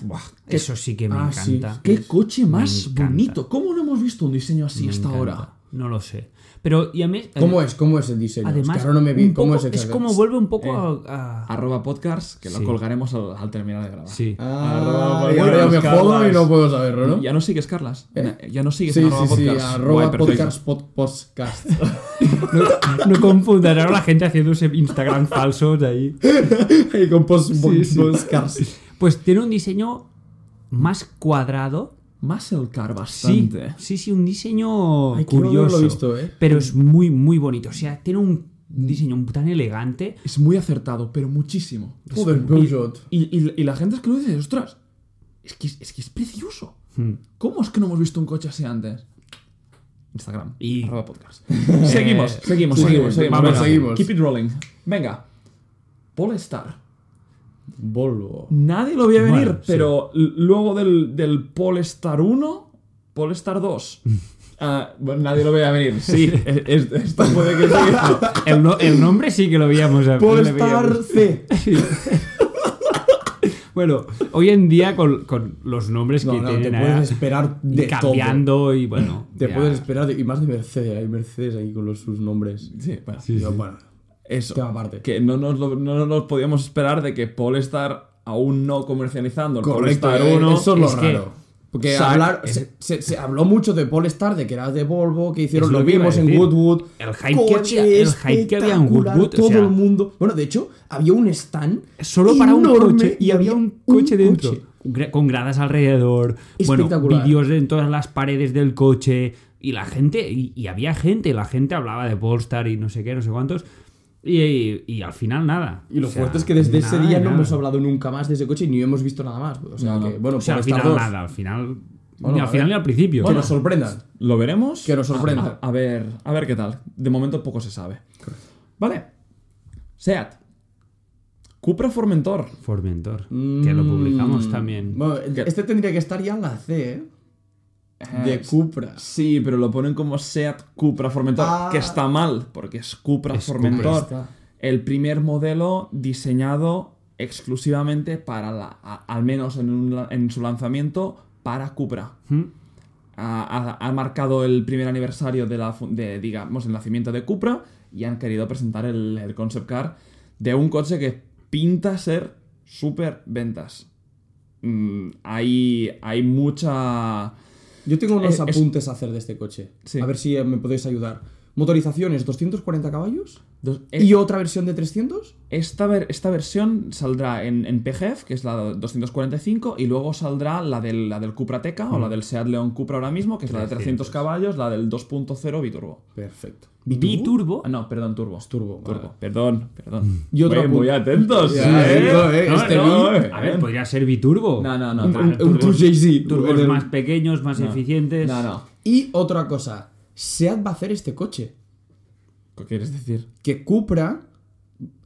Speaker 1: Que-
Speaker 3: Eso sí que me
Speaker 2: Ah, sí.
Speaker 3: encanta.
Speaker 1: ¡Qué coche más
Speaker 3: encanta.
Speaker 1: bonito! ¿Cómo no hemos visto un diseño así
Speaker 3: Me
Speaker 1: hasta
Speaker 3: encanta.
Speaker 1: ahora?
Speaker 3: No lo sé. Pero, y a mí. eh,
Speaker 2: ¿Cómo es? ¿Cómo es el diseño? Es que
Speaker 3: Además,
Speaker 2: ahora no me vi.
Speaker 3: un
Speaker 2: ¿Cómo
Speaker 3: poco-
Speaker 2: es
Speaker 3: es
Speaker 2: exactamente?
Speaker 3: como vuelve un poco
Speaker 2: Eh.
Speaker 3: a- a.
Speaker 1: Arroba podcast, que
Speaker 3: Sí.
Speaker 1: lo colgaremos al, al terminar de grabar.
Speaker 3: Sí.
Speaker 2: Ah,
Speaker 1: Arroba
Speaker 2: y ahora yo me
Speaker 1: podcast.
Speaker 2: jodo y no puedo saberlo, ¿no?
Speaker 1: Ya no sigues, Carlas.
Speaker 2: ¿Eh?
Speaker 1: Ya no
Speaker 2: Sí,
Speaker 1: sigues
Speaker 2: sí,
Speaker 1: arroba
Speaker 2: sí,
Speaker 1: podcast.
Speaker 2: arroba
Speaker 1: Guay, perfecto.
Speaker 2: podcast, pod- podcast.
Speaker 3: No, no confundan ahora la gente haciéndose Instagram falsos ahí.
Speaker 2: y con post,
Speaker 3: sí.
Speaker 2: podcast.
Speaker 3: Pues tiene un diseño más cuadrado.
Speaker 1: Más el car
Speaker 3: Sí,
Speaker 1: bastante.
Speaker 3: sí, sí, un diseño
Speaker 2: Ay, qué bueno
Speaker 3: curioso.
Speaker 2: haberlo visto, ¿eh?
Speaker 3: Pero es muy, muy bonito. O sea, tiene un diseño tan elegante.
Speaker 1: Es muy acertado, pero muchísimo.
Speaker 2: Joder, Peugeot.
Speaker 1: Y, y- y la gente es que lo dice, ostras, es que es, que es precioso.
Speaker 3: Hmm.
Speaker 1: ¿Cómo es que no hemos visto un coche así antes? Instagram.
Speaker 3: Y-
Speaker 1: Arroba podcast. seguimos, seguimos,
Speaker 2: bueno,
Speaker 1: seguimos, seguimos.
Speaker 2: vamos,
Speaker 1: venga.
Speaker 2: seguimos.
Speaker 1: Keep it rolling. Venga. Polestar.
Speaker 2: Volvo.
Speaker 1: Nadie lo veía
Speaker 3: Bueno,
Speaker 1: venir,
Speaker 3: sí.
Speaker 1: pero l- luego del, del Polestar 1, Polestar 2. ah, bueno, nadie lo veía venir. Sí, e-, es- es- esto puede que sí.
Speaker 3: El, no- el nombre sí que lo veíamos. a- lo
Speaker 2: Polestar
Speaker 3: veíamos.
Speaker 2: C.
Speaker 3: Bueno, hoy en día con, con los nombres que
Speaker 2: No, no, te
Speaker 3: tienen
Speaker 2: puedes
Speaker 3: ahora,
Speaker 2: esperar de todo.
Speaker 3: cambiando y bueno.
Speaker 2: Te
Speaker 3: ya.
Speaker 2: puedes esperar de- y más de Mercedes, hay Mercedes ahí con los, sus nombres.
Speaker 1: Sí, bueno.
Speaker 2: Yo, bueno,
Speaker 1: Eso.
Speaker 2: Tema aparte.
Speaker 1: Que no nos, lo- no nos podíamos esperar de que Polestar, aún no comercializando el Polestar
Speaker 2: eh,
Speaker 1: 1,
Speaker 2: eso es lo
Speaker 3: es que-
Speaker 2: raro. Porque
Speaker 1: Sa-
Speaker 2: hablar,
Speaker 1: es-
Speaker 2: se, se- se habló mucho de Polestar, de que era de Volvo, que hicieron,
Speaker 3: Es lo
Speaker 2: lo
Speaker 3: que iba a
Speaker 2: vimos en
Speaker 3: decir.
Speaker 2: Goodwood.
Speaker 3: El hype que había- el hype que había en
Speaker 2: espectacular,
Speaker 3: Goodwood, o
Speaker 2: Todo
Speaker 3: sea-
Speaker 2: el mundo. Bueno, de hecho, había un stand.
Speaker 3: Solo para un
Speaker 2: enorme
Speaker 3: coche y había un coche dentro.
Speaker 2: coche.
Speaker 3: Gra- Con gradas alrededor, bueno,
Speaker 2: Espectacular.
Speaker 3: vídeos en todas las paredes del coche y la gente, y, y había gente, la gente hablaba de Polestar y no sé qué, no sé cuántos, y, y- y al final nada.
Speaker 2: Y lo
Speaker 3: O sea,
Speaker 2: fuerte es que desde ese
Speaker 3: nada,
Speaker 2: día no
Speaker 3: nada.
Speaker 2: hemos hablado nunca más de ese coche y ni hemos visto nada más. O sea,
Speaker 1: No, no.
Speaker 2: que, bueno,
Speaker 3: O sea, al
Speaker 2: Polestar
Speaker 3: final
Speaker 2: 2,
Speaker 3: nada, al final.
Speaker 2: Bueno,
Speaker 3: ni
Speaker 2: a
Speaker 3: al final
Speaker 2: ver.
Speaker 3: ni al principio.
Speaker 2: Que nos sorprendan.
Speaker 1: lo veremos.
Speaker 2: Que nos sorprenda.
Speaker 1: A, a ver, a ver qué tal. De momento poco se sabe. Vale. Seat. Cupra Formentor.
Speaker 3: Formentor, que
Speaker 2: Mm.
Speaker 1: Mm.
Speaker 3: lo publicamos también.
Speaker 2: Bueno, este tendría que estar ya en la C, ¿eh?
Speaker 1: Ah,
Speaker 2: De Cupra.
Speaker 1: Sí, pero lo ponen como Seat Cupra Formentor,
Speaker 2: Ah.
Speaker 1: que está mal, porque es Cupra
Speaker 3: Es
Speaker 1: Formentor.
Speaker 2: Cupra.
Speaker 1: El primer modelo diseñado exclusivamente para, la, a- al menos en, un la- en su lanzamiento, para Cupra.
Speaker 3: ¿Mm?
Speaker 1: ha, ha- ha marcado el primer aniversario de, la, fu- de, digamos, el nacimiento de Cupra y han querido presentar el, el concept car de un coche que pinta ser súper ventas. Mm, hay, hay mucha...
Speaker 2: Yo tengo unos
Speaker 1: Eh, Es- es-
Speaker 2: apuntes a hacer de este coche.
Speaker 1: Sí.
Speaker 2: A ver si eh, me podéis ayudar. Motorizaciones 240 caballos
Speaker 1: dos-
Speaker 2: y otra versión de 300.
Speaker 1: Esta, ver- esta versión saldrá en, en PGF, que es la 245, y luego saldrá la del, la del Cupra Teca
Speaker 2: Mm.
Speaker 1: o la del Seat León Cupra ahora mismo, que es la de 300 caballos, la del 2.0 biturbo.
Speaker 2: Perfecto.
Speaker 3: Biturbo.
Speaker 1: Ah, no, perdón, turbo.
Speaker 2: Turbo.
Speaker 1: Turbo,
Speaker 2: vale. Mm.
Speaker 1: perdón, perdón.
Speaker 2: Y otro
Speaker 1: Muy- muy
Speaker 2: apunte.
Speaker 1: atentos.
Speaker 2: Ya,
Speaker 1: ¿eh?
Speaker 2: digo, eh,
Speaker 3: No,
Speaker 2: este
Speaker 3: no,
Speaker 2: vi-
Speaker 3: a ver, podría ser biturbo.
Speaker 1: No, no, no,
Speaker 3: Un-
Speaker 1: claro,
Speaker 3: un-
Speaker 2: un
Speaker 3: turbos-
Speaker 2: 2JZ,
Speaker 3: Turbos
Speaker 2: en el-
Speaker 3: más pequeños, más eficientes.
Speaker 1: No, no.
Speaker 2: Y otra cosa. Seat va a hacer este coche.
Speaker 1: ¿Qué quieres decir?
Speaker 2: Que Cupra.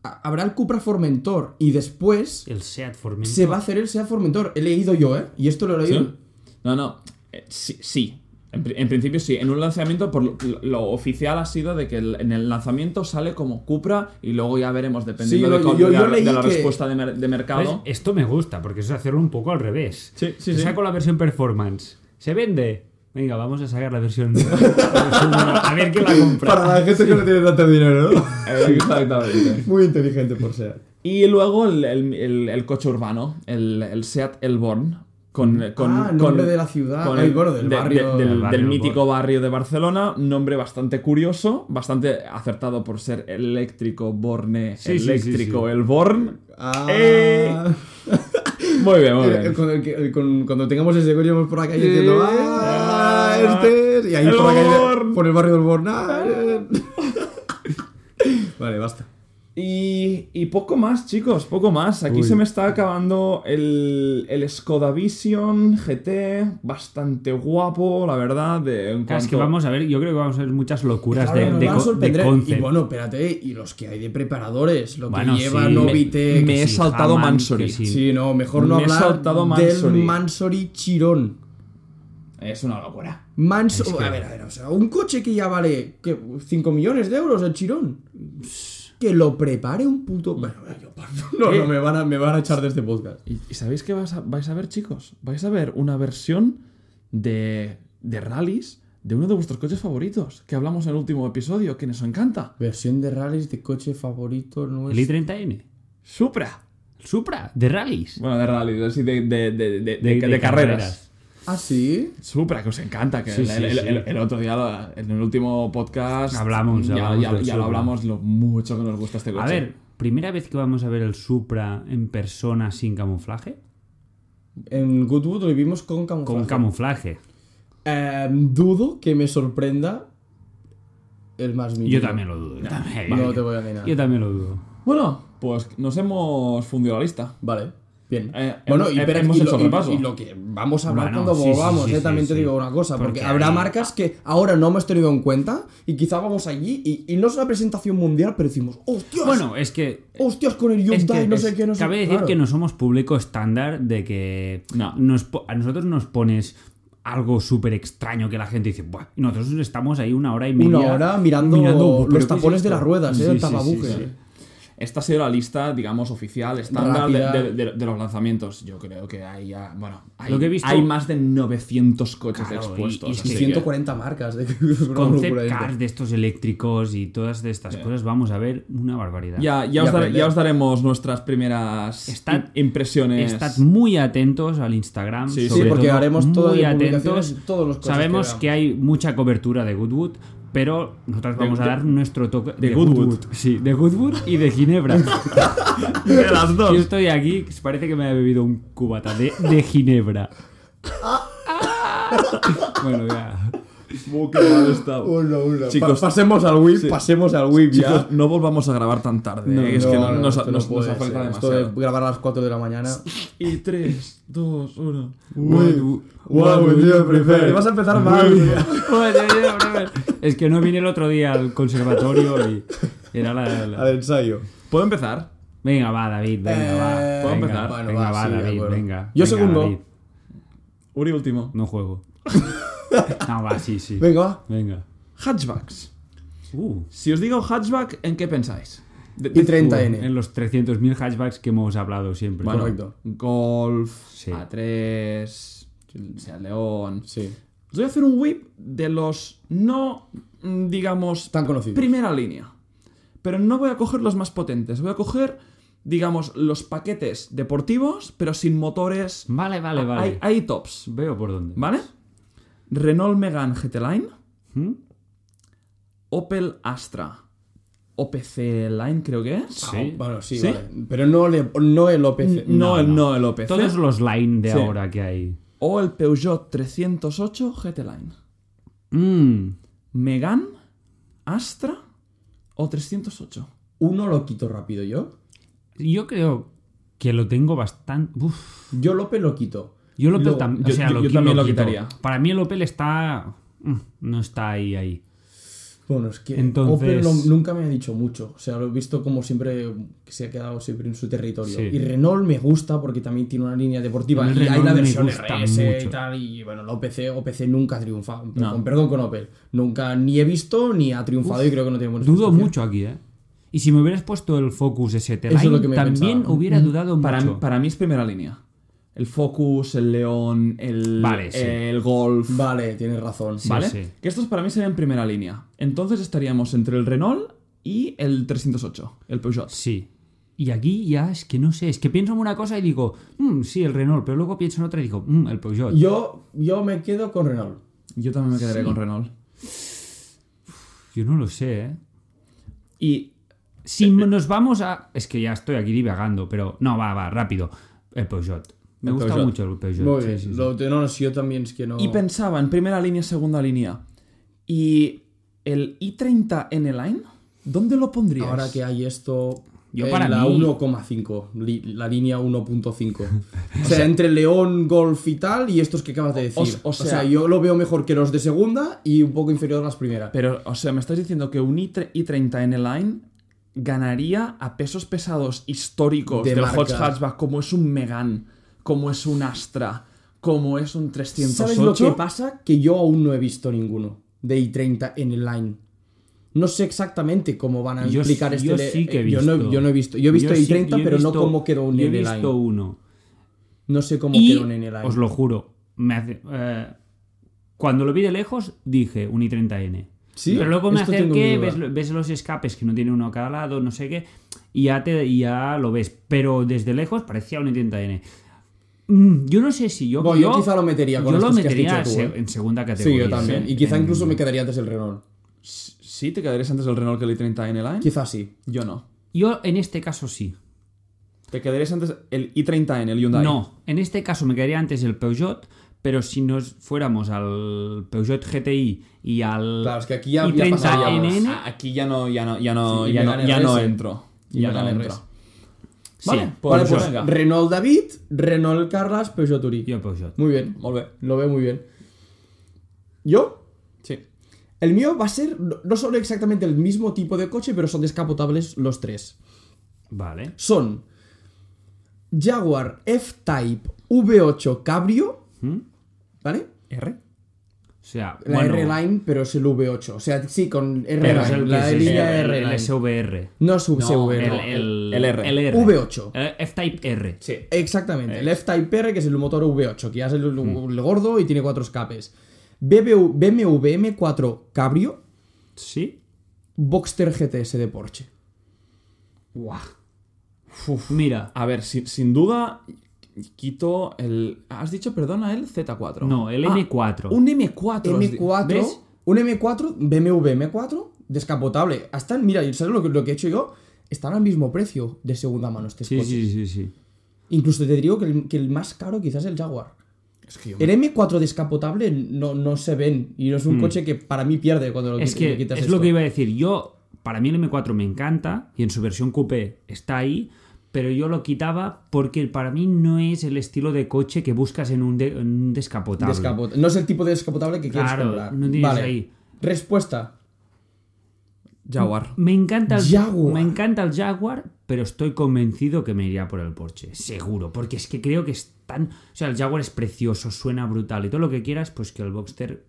Speaker 2: a- habrá el Cupra Formentor y después
Speaker 3: El Seat Formentor.
Speaker 2: se va a hacer el Seat Formentor. He leído yo, ¿eh? Y esto lo he leído.
Speaker 1: No, no. Eh, sí. sí. En, pri- en principio sí. En un lanzamiento, por lo, lo oficial ha sido de que el- en el lanzamiento sale como Cupra y luego ya veremos, dependiendo
Speaker 2: Sí,
Speaker 1: de
Speaker 2: lo-
Speaker 1: cuál-
Speaker 2: yo-
Speaker 1: de,
Speaker 2: yo
Speaker 1: la-
Speaker 2: leí
Speaker 1: de la
Speaker 2: que-
Speaker 1: respuesta de, mer- de
Speaker 3: ¿Ves? Eh,
Speaker 1: mercado.
Speaker 3: Esto me gusta, porque eso es hacerlo un poco al revés.
Speaker 1: Sí, sí,
Speaker 3: Te
Speaker 1: sí.
Speaker 3: saco la versión performance. ¿Se vende? Venga, vamos a sacar la versión. la versión- a ver quién la compra.
Speaker 2: la gente que no tiene tanto dinero, ¿no?
Speaker 1: Eh, Exactamente.
Speaker 2: Muy inteligente por Seat.
Speaker 1: Y luego el, el- el- el coche urbano, el, el Seat Elborn. Con, con,
Speaker 2: Ah,
Speaker 1: con-
Speaker 2: el nombre de la ciudad,
Speaker 1: con
Speaker 2: ay, bueno, del
Speaker 1: del,
Speaker 2: barrio.
Speaker 3: Del barrio
Speaker 1: del
Speaker 3: Elborn.
Speaker 1: mítico barrio de Barcelona. Nombre bastante curioso, bastante acertado por ser eléctrico, Borne,
Speaker 3: Sí, sí, sí,
Speaker 1: eléctrico,
Speaker 3: sí.
Speaker 1: el Born.
Speaker 2: Ah.
Speaker 1: Eh. Muy bien, muy
Speaker 2: Eh,
Speaker 1: bien.
Speaker 2: Cuando, que- Ah. con- cuando tengamos ese coche, vamos por la calle diciendo,
Speaker 1: Eh,
Speaker 2: ¡Ah! Este es", Y ahí
Speaker 1: el
Speaker 2: por la calle,
Speaker 1: Born.
Speaker 2: por el barrio del Born. "Ah, eh". vale, basta.
Speaker 1: Y, y poco más, chicos, poco más. Aquí
Speaker 2: Uy.
Speaker 1: se me está acabando el, el Skoda Vision GT, bastante guapo, la verdad. De, en
Speaker 3: Claro, es que
Speaker 1: cuanto-
Speaker 3: vamos a ver, yo creo que vamos a ver muchas locuras
Speaker 2: Claro,
Speaker 3: de,
Speaker 2: nos
Speaker 3: de
Speaker 2: van a
Speaker 3: co- de
Speaker 2: sorprender.
Speaker 3: concept.
Speaker 2: Y bueno, espérate, y los que hay de preparadores, lo
Speaker 3: Bueno,
Speaker 2: que lleva
Speaker 3: sí.
Speaker 2: Novitec.
Speaker 1: Me- me- he saltado
Speaker 3: Hammond,
Speaker 1: Mansory.
Speaker 3: que sí.
Speaker 2: Sí, no, mejor no
Speaker 1: Me he
Speaker 2: hablar
Speaker 1: saltado Mansory.
Speaker 2: del Mansory Chirón.
Speaker 1: Es una locura.
Speaker 2: Manso,
Speaker 3: Es que-
Speaker 2: a ver, a ver, o sea, un coche que ya vale 5 millones de euros el Chirón. Que lo prepare un puto. Bueno, yo parto. No, no, me van, a, me van a echar de este podcast.
Speaker 1: ¿Y, y sabéis qué vas a- vais a ver, chicos? Vais a ver una versión de, de rallies de uno de vuestros coches favoritos, que hablamos en el último episodio, que nos encanta.
Speaker 2: Versión de rallies de coche favorito no
Speaker 3: El i30N.
Speaker 1: Supra.
Speaker 3: El Supra, de rallies.
Speaker 1: Bueno, de rallies, así de, de- de- de- de- de
Speaker 3: de
Speaker 1: carreras.
Speaker 2: ¿Ah, sí?
Speaker 1: Supra, que os encanta, que
Speaker 3: Sí,
Speaker 1: el,
Speaker 3: sí,
Speaker 1: el-
Speaker 3: sí.
Speaker 1: el- el otro día, en el último podcast,
Speaker 3: Hablamos,
Speaker 1: ya,
Speaker 3: hablamos
Speaker 1: ya-
Speaker 3: del
Speaker 1: ya lo
Speaker 3: Supra.
Speaker 1: hablamos lo mucho que nos gusta este coche.
Speaker 3: A ver, primera vez que vamos a ver el Supra en persona sin camuflaje.
Speaker 2: En Goodwood lo vimos con camuflaje.
Speaker 3: Con camuflaje.
Speaker 2: Eh, dudo que me sorprenda el más mínimo.
Speaker 3: Yo también lo dudo. yo también.
Speaker 2: No te voy a engañar.
Speaker 3: Yo también lo dudo.
Speaker 1: Bueno, pues nos hemos fundido la lista.
Speaker 2: Vale, bien.
Speaker 1: Eh,
Speaker 2: bueno,
Speaker 1: hemos-
Speaker 2: y,
Speaker 1: eh,
Speaker 2: pero-
Speaker 1: hemos
Speaker 2: y
Speaker 1: hecho
Speaker 2: lo, y-
Speaker 1: repaso.
Speaker 2: y lo que vamos a hablar
Speaker 3: Bueno,
Speaker 2: cuando
Speaker 3: sí, sí,
Speaker 2: volvamos,
Speaker 3: sí,
Speaker 2: eh,
Speaker 3: sí,
Speaker 2: también te
Speaker 3: sí.
Speaker 2: digo una cosa, porque,
Speaker 3: Porque
Speaker 2: habrá
Speaker 3: hay-
Speaker 2: marcas que ahora no hemos tenido en cuenta y quizá vamos allí y, y no es una presentación mundial, pero decimos, hostias,
Speaker 3: Bueno, es que.
Speaker 2: hostias con el
Speaker 3: es
Speaker 2: Hyundai,
Speaker 3: que
Speaker 2: no
Speaker 3: es-
Speaker 2: sé qué, no sé
Speaker 3: cabe
Speaker 2: qué".
Speaker 3: decir
Speaker 2: Claro.
Speaker 3: que no somos público estándar de que
Speaker 1: No.
Speaker 3: nos po- a nosotros nos pones algo súper extraño que la gente dice, Buah, y nosotros estamos ahí una hora y media.
Speaker 2: Una hora mirando,
Speaker 3: "Buah, pero ¿qué
Speaker 2: los
Speaker 3: es
Speaker 2: tapones de
Speaker 3: esto?".
Speaker 2: las ruedas, eh,
Speaker 3: Sí,
Speaker 2: el
Speaker 3: sí, sí,
Speaker 2: tapabuje.
Speaker 3: sí.
Speaker 1: Esta ha sido la lista, digamos, oficial, estándar
Speaker 2: Rápida.
Speaker 1: de, de- de- de los lanzamientos. Yo creo que hay ya. Bueno, hay,
Speaker 3: Lo que he visto-
Speaker 1: hay más de 900 coches
Speaker 3: Claro, y-
Speaker 1: expuestos.
Speaker 3: y es
Speaker 1: así
Speaker 3: que-
Speaker 1: que-
Speaker 2: 140 marcas de una locura
Speaker 3: Concept
Speaker 2: esta.
Speaker 3: cars de estos eléctricos y todas de estas cosas, vamos a ver una barbaridad.
Speaker 1: Ya, ya,
Speaker 2: Y
Speaker 1: os daré-
Speaker 2: aprender.
Speaker 1: ya os daremos nuestras primeras
Speaker 3: Estad-
Speaker 1: im- impresiones.
Speaker 3: Estad muy atentos al Instagram.
Speaker 1: Sí, sí,
Speaker 3: sobre
Speaker 2: porque
Speaker 3: todo,
Speaker 2: haremos todas
Speaker 3: muy
Speaker 2: las
Speaker 3: atentos.
Speaker 2: publicaciones, todos los cosas
Speaker 3: Sabemos
Speaker 2: que
Speaker 3: que, hay mucha cobertura de Goodwood, pero nosotros vamos
Speaker 1: de-
Speaker 3: a dar nuestro toque
Speaker 1: de Goodwood.
Speaker 3: Sí, de Goodwood y de Ginebra.
Speaker 1: de las
Speaker 3: Yo
Speaker 1: dos.
Speaker 3: estoy aquí, parece que me he bebido un cubata de, de Ginebra. bueno, ya.
Speaker 1: Uh, qué mal he estado.
Speaker 2: Uno, uno.
Speaker 1: Chicos,
Speaker 2: Pa- pasemos al whip,
Speaker 1: sí.
Speaker 2: pasemos al whip ya.
Speaker 1: Chicos, no volvamos a grabar tan tarde. eh, es que no- nos,
Speaker 2: esto no
Speaker 1: nos- nos
Speaker 2: puede
Speaker 1: ha faltado
Speaker 2: ser.
Speaker 1: demasiado.
Speaker 2: Esto de grabar a las 4 de la mañana.
Speaker 1: Y 3, 2, 1.
Speaker 3: What-
Speaker 2: Wow,
Speaker 3: what would you prefer?
Speaker 2: Vas a empezar mal.
Speaker 3: What would you prefer? es que no vine el otro día al conservatorio y era la. la-
Speaker 2: Al ensayo.
Speaker 1: ¿Puedo empezar?
Speaker 3: Venga, va, David, venga,
Speaker 2: Eh,
Speaker 3: va.
Speaker 1: ¿puedo
Speaker 3: venga,
Speaker 1: empezar?
Speaker 2: Bueno,
Speaker 3: venga,
Speaker 2: va,
Speaker 3: va,
Speaker 2: sí, de
Speaker 3: David,
Speaker 2: acuerdo.
Speaker 3: venga.
Speaker 2: Yo
Speaker 3: venga,
Speaker 2: segundo.
Speaker 3: David.
Speaker 1: Uri último.
Speaker 3: No juego. No, va, sí, sí.
Speaker 2: Venga, va.
Speaker 3: Venga.
Speaker 1: Hatchbacks.
Speaker 3: Uh,
Speaker 1: Si os digo hatchback, ¿en qué pensáis? De-
Speaker 2: Y
Speaker 1: de-
Speaker 2: 30N.
Speaker 3: en los 300.000 hatchbacks que hemos hablado siempre.
Speaker 1: Bueno,
Speaker 2: Correcto.
Speaker 1: Golf,
Speaker 3: Sí.
Speaker 1: A3, Seat León.
Speaker 2: Sí.
Speaker 1: Os voy a hacer un whip de los no, mm, digamos,
Speaker 2: Tan conocido.
Speaker 1: primera línea. Pero no voy a coger los más potentes. Voy a coger, digamos, los paquetes deportivos, pero sin motores. Ah,
Speaker 3: Vale, vale, vale.
Speaker 1: Hay, hay tops,
Speaker 3: Veo por dónde.
Speaker 1: ¿vale? Renault Megane GT Line,
Speaker 3: ¿Mm?
Speaker 1: Opel Astra, OPC Line creo que es.
Speaker 3: Sí.
Speaker 2: Ah, Bueno, sí,
Speaker 1: ¿Sí?
Speaker 2: vale. Pero no, le, no el OPC.
Speaker 1: No, el,
Speaker 3: no.
Speaker 1: no el OPC.
Speaker 3: Todos los line de
Speaker 1: Sí.
Speaker 3: ahora que hay.
Speaker 1: O el Peugeot 308 GT Line.
Speaker 3: Mm,
Speaker 1: Megan, Astra o 308.
Speaker 2: Uno lo quito rápido yo.
Speaker 3: Yo creo que lo tengo bastante. Uf.
Speaker 2: Yo López lo quito.
Speaker 3: Yo el Opel
Speaker 2: Lo-
Speaker 3: tam- o
Speaker 1: yo-
Speaker 3: sea,
Speaker 1: yo-
Speaker 3: lo
Speaker 1: yo
Speaker 3: qui-
Speaker 1: también lo
Speaker 3: quito.
Speaker 1: quitaría.
Speaker 3: Para mí el Opel está. mm, No está ahí, ahí.
Speaker 2: Bueno, es que
Speaker 3: Entonces-
Speaker 2: Opel lo- nunca me ha dicho mucho. O sea, lo he visto como siempre que se ha quedado siempre en su territorio.
Speaker 3: Sí.
Speaker 2: Y Renault me gusta porque también tiene una línea deportiva.
Speaker 3: A
Speaker 2: Y
Speaker 3: mí
Speaker 2: hay
Speaker 3: Renault
Speaker 2: la
Speaker 3: me
Speaker 2: versión
Speaker 3: gusta
Speaker 2: RS y
Speaker 3: mucho.
Speaker 2: tal. Y bueno, la OPC, OPC nunca ha triunfado.
Speaker 1: No.
Speaker 2: Con perdón con Opel. Nunca ni he visto ni ha triunfado y creo que no tiene buenas
Speaker 3: Dudo
Speaker 2: prestaciones.
Speaker 3: mucho aquí, ¿eh? Y si me hubieras puesto el Focus ST
Speaker 2: Eso es lo
Speaker 3: Line,
Speaker 2: que me
Speaker 3: también
Speaker 2: pensaba.
Speaker 3: hubiera dudado
Speaker 1: Mm. Para,
Speaker 3: mucho.
Speaker 1: para mí es primera línea. El Focus, el León, el,
Speaker 3: Vale, sí.
Speaker 1: el Golf.
Speaker 2: Vale, tienes razón.
Speaker 3: Sí.
Speaker 1: ¿Vale? Que estos para mí serían primera línea. Entonces estaríamos entre el Renault y el 308, el Peugeot.
Speaker 3: Sí. Y aquí ya es que no sé, es que pienso en una cosa y digo, "Mm, sí, el Renault, pero luego pienso en otra y digo, "Mm, el Peugeot.
Speaker 2: Yo, yo me quedo con Renault.
Speaker 1: Yo también me quedaré con Renault.
Speaker 3: Yo no lo sé, ¿eh?
Speaker 1: Y
Speaker 2: Eh,
Speaker 3: Si nos vamos a... Es que ya estoy aquí divagando, pero no, va, va, rápido. El Peugeot. Me
Speaker 1: El
Speaker 3: gusta
Speaker 1: Peugeot.
Speaker 3: mucho el Peugeot.
Speaker 2: Muy
Speaker 3: sí,
Speaker 2: bien.
Speaker 3: sí, sí.
Speaker 2: Lo- no, no, si yo también es que no.
Speaker 1: Y pensaba en primera línea, segunda línea. ¿Y el i30 N-Line? ¿Dónde lo pondrías?
Speaker 2: Ahora que hay esto.
Speaker 3: Yo
Speaker 2: en
Speaker 3: para
Speaker 2: la
Speaker 3: mí-
Speaker 2: 1,5, li- la línea 1.5. o sea, entre León, Golf y tal, y estos que acabas de decir.
Speaker 1: O-
Speaker 2: O,
Speaker 1: o
Speaker 2: sea,
Speaker 1: sea-
Speaker 2: yo lo veo mejor que los de segunda y un poco inferior a las primeras.
Speaker 1: Pero, o sea, me estás diciendo que un i3- i30 N-Line ganaría a pesos pesados históricos
Speaker 2: De
Speaker 1: del
Speaker 2: marca.
Speaker 1: Hot Hatchback, como es un Megan, como es un Astra, como es un 308.
Speaker 2: ¿Sabes lo que pasa? Que yo aún no he visto ninguno de i30 en el line. No sé exactamente cómo van a
Speaker 3: Yo
Speaker 2: implicar
Speaker 3: s-
Speaker 2: este.
Speaker 3: yo
Speaker 2: le-
Speaker 3: sí que he
Speaker 2: eh, yo no,
Speaker 3: visto.
Speaker 2: yo no he visto. Yo he visto
Speaker 3: sí-
Speaker 2: i30,
Speaker 3: yo he
Speaker 2: pero no
Speaker 3: visto-
Speaker 2: cómo quedó un
Speaker 3: Yo he
Speaker 2: en el
Speaker 3: visto
Speaker 2: line.
Speaker 3: uno.
Speaker 2: No sé cómo
Speaker 3: Y,
Speaker 2: quedó un en el line.
Speaker 3: os lo juro, me hace- eh, cuando lo vi de lejos dije un i30N.
Speaker 2: Sí,
Speaker 3: Pero luego me
Speaker 2: esto tengo mi
Speaker 3: acerqué,
Speaker 2: duda.
Speaker 3: ves, lo- ves los escapes que no tiene uno a cada lado, no sé qué, y ya, te, y ya lo ves. Pero desde lejos parecía un i30N. Mm, Yo no sé si yo.
Speaker 2: Bueno, yo quizá lo metería con
Speaker 3: yo lo
Speaker 2: estos que has
Speaker 3: metería
Speaker 2: dicho tú,
Speaker 3: se-
Speaker 2: ¿eh?
Speaker 3: en segunda
Speaker 2: Sí,
Speaker 3: categoría. ¿eh?
Speaker 2: yo también. Y
Speaker 3: en-
Speaker 2: quizá
Speaker 3: en-
Speaker 2: incluso me quedaría antes el Renault.
Speaker 1: ¿Sí? ¿Te quedarías antes del Renault que el i30 N-Line?
Speaker 2: Quizá sí.
Speaker 1: Yo no.
Speaker 3: Yo en este caso sí.
Speaker 1: ¿Te quedarías antes el i30N, el Hyundai?
Speaker 3: No, en este caso me quedaría antes el Peugeot, pero si nos fuéramos al Peugeot GTI y al
Speaker 2: Claro, es que aquí ya- ya
Speaker 3: i30
Speaker 2: pasaríamos.
Speaker 3: NN,
Speaker 1: Ah, Aquí ya no, ya no, ya no,
Speaker 2: Sí, y
Speaker 1: ya no,
Speaker 2: Megane
Speaker 1: ya no
Speaker 2: RS.
Speaker 1: entro.
Speaker 2: Y
Speaker 1: Ya no
Speaker 2: Megane
Speaker 1: entro.
Speaker 2: RS.
Speaker 3: sí,
Speaker 1: Vale, pues,
Speaker 2: vale, pues
Speaker 1: venga.
Speaker 2: Renault David, Renault Carras, Peugeot Touring.
Speaker 3: yo Peugeot.
Speaker 2: Muy bien,
Speaker 1: Molt bé.
Speaker 2: lo veo muy bien. ¿Yo?
Speaker 1: Sí.
Speaker 2: El mío va a ser, no no son exactamente el mismo tipo de coche, pero son descapotables los tres.
Speaker 3: Vale.
Speaker 2: Son Jaguar F-Type V8 Cabrio,
Speaker 3: ¿Mm?
Speaker 2: ¿vale?
Speaker 1: ¿R?
Speaker 3: O sea,
Speaker 2: La
Speaker 3: bueno,
Speaker 2: R-Line, pero es el V8. O sea, sí, con
Speaker 3: pero es
Speaker 2: R-Line,
Speaker 3: el,
Speaker 2: la
Speaker 3: que es
Speaker 2: línea
Speaker 3: el- el- el
Speaker 2: R-Line.
Speaker 3: SVR.
Speaker 2: No es un
Speaker 3: El,
Speaker 2: CV, no.
Speaker 3: el,
Speaker 1: el R.
Speaker 3: el
Speaker 2: V8.
Speaker 3: El F-Type R.
Speaker 2: Sí, exactamente.
Speaker 3: Eh.
Speaker 2: El F-Type R, que es el motor V8, que ya es el,
Speaker 3: Mm.
Speaker 2: el gordo y tiene cuatro escapes. BBU BMW M4 Cabrio,
Speaker 3: Sí.
Speaker 2: Boxster GTS de Porsche.
Speaker 3: Guau. Uf, Mira.
Speaker 1: A ver, sin, sin duda quito el... ¿Has dicho, perdona, el Z4?
Speaker 3: No, el
Speaker 1: Ah,
Speaker 3: M4.
Speaker 1: Un M4. has di-
Speaker 2: M4,
Speaker 1: ¿ves?
Speaker 2: un M4, BMW M4, descapotable. Hasta, mira, ¿sabes lo que, lo que he hecho yo? Están al mismo precio de segunda mano estos
Speaker 3: Sí,
Speaker 2: coches.
Speaker 3: sí, Pues sí, sí.
Speaker 2: Incluso te diría que el, que el más caro quizás es el Jaguar.
Speaker 1: Es que yo...
Speaker 2: El M4 descapotable no, no se ven y no es un coche que para mí pierde cuando lo,
Speaker 3: Mm. Es
Speaker 2: qui-
Speaker 3: que
Speaker 2: le quitas
Speaker 3: es lo
Speaker 2: esto.
Speaker 3: que iba a decir. Yo, para mí el M4 me encanta y en su versión coupé está ahí, pero yo lo quitaba porque para mí no es el estilo de coche que buscas en un, de- en un descapotable.
Speaker 2: Descapota- No es el tipo de descapotable que quieres
Speaker 3: Claro,
Speaker 2: comprar.
Speaker 3: no tienes
Speaker 2: vale.
Speaker 3: ahí.
Speaker 2: Respuesta.
Speaker 1: Jaguar.
Speaker 3: Me encanta el
Speaker 2: Jaguar.
Speaker 3: Me encanta el Jaguar, pero estoy convencido que me iría por el Porsche, seguro, porque es que creo que es tan, o sea, el Jaguar es precioso, suena brutal y todo lo que quieras, pues que el Boxster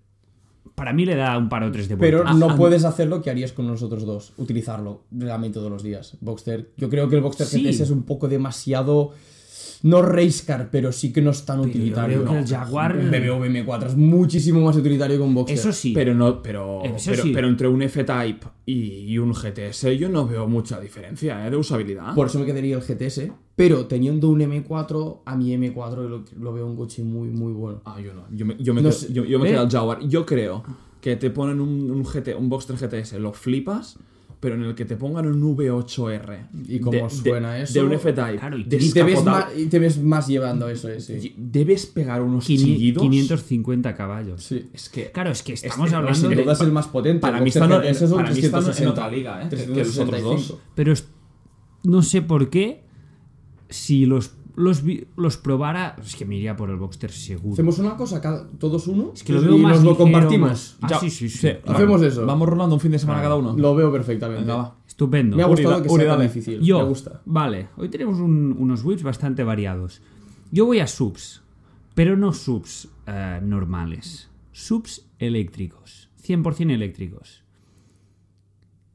Speaker 3: para mí le da un par o tres de
Speaker 2: Pero
Speaker 3: vuelta.
Speaker 2: no puedes hacer lo que harías con nosotros dos, utilizarlo realmente todos los días. Boxster, yo creo que el Boxster
Speaker 3: Sí.
Speaker 2: GTS es un poco demasiado no race car, pero sí que no es tan utilitario.
Speaker 3: creo que
Speaker 2: No,
Speaker 3: el Jaguar-
Speaker 2: BMW M4 es muchísimo más utilitario que un Boxster.
Speaker 3: Eso sí.
Speaker 1: Pero no, pero,
Speaker 3: Eso
Speaker 1: pero,
Speaker 3: sí.
Speaker 1: pero entre un F-Type y, y un GTS yo no veo mucha diferencia ¿eh? de usabilidad.
Speaker 2: Por eso me quedaría el GTS, pero teniendo un M4, a mi M4 lo, lo veo un coche muy muy bueno.
Speaker 1: Ah, yo no. Yo me, yo me,
Speaker 2: No
Speaker 1: quedo,
Speaker 2: sé.
Speaker 1: yo, yo me
Speaker 3: ¿Eh?
Speaker 1: quedo al Jaguar. Yo creo que te ponen un, un, GT, un Boxster GTS, lo flipas, pero en el que te pongan un V8R.
Speaker 2: Y como suena eso-
Speaker 1: De un F-Type.
Speaker 3: Claro, y-
Speaker 2: Y te, ves
Speaker 1: descapotable.
Speaker 2: más, y te ves más llevando eso, eh, sí.
Speaker 1: Y- Debes pegar unos
Speaker 3: Quini-
Speaker 1: chillidos.
Speaker 3: 550 caballos.
Speaker 2: Sí.
Speaker 1: Es que.
Speaker 3: Claro, es que estamos
Speaker 1: Este-
Speaker 3: hablando
Speaker 1: este-
Speaker 3: de-
Speaker 2: Sin duda es el más potente.
Speaker 1: Para mí
Speaker 2: Boxster
Speaker 1: están-
Speaker 2: GTS es un
Speaker 1: para mí están en
Speaker 2: 360.
Speaker 1: otra liga, eh, que- que los otros dos.
Speaker 2: 365.
Speaker 3: Pero es- no sé por qué. Si los, los, vi- los probara. Es que me iría por el Boxster seguro.
Speaker 2: Hacemos una cosa, cada- todos uno,
Speaker 3: es que
Speaker 1: Pues
Speaker 3: lo veo
Speaker 2: y
Speaker 3: más
Speaker 2: nos lo
Speaker 3: ligero,
Speaker 2: compartimos.
Speaker 3: más- Ah,
Speaker 1: Ya-
Speaker 3: sí, sí, sí.
Speaker 1: vale.
Speaker 2: Hacemos eso.
Speaker 1: Vamos rolando un fin de semana cada uno.
Speaker 2: Lo veo perfectamente.
Speaker 1: Venga, va.
Speaker 3: Estupendo.
Speaker 2: Me ha gustado
Speaker 1: Unidad-
Speaker 2: que sea tan
Speaker 1: unidades.
Speaker 2: difícil.
Speaker 3: Yo,
Speaker 2: Me gusta.
Speaker 3: Vale, hoy tenemos un- unos whips bastante variados. Yo voy a subs, pero no subs eh, normales. Subs eléctricos. 100% eléctricos.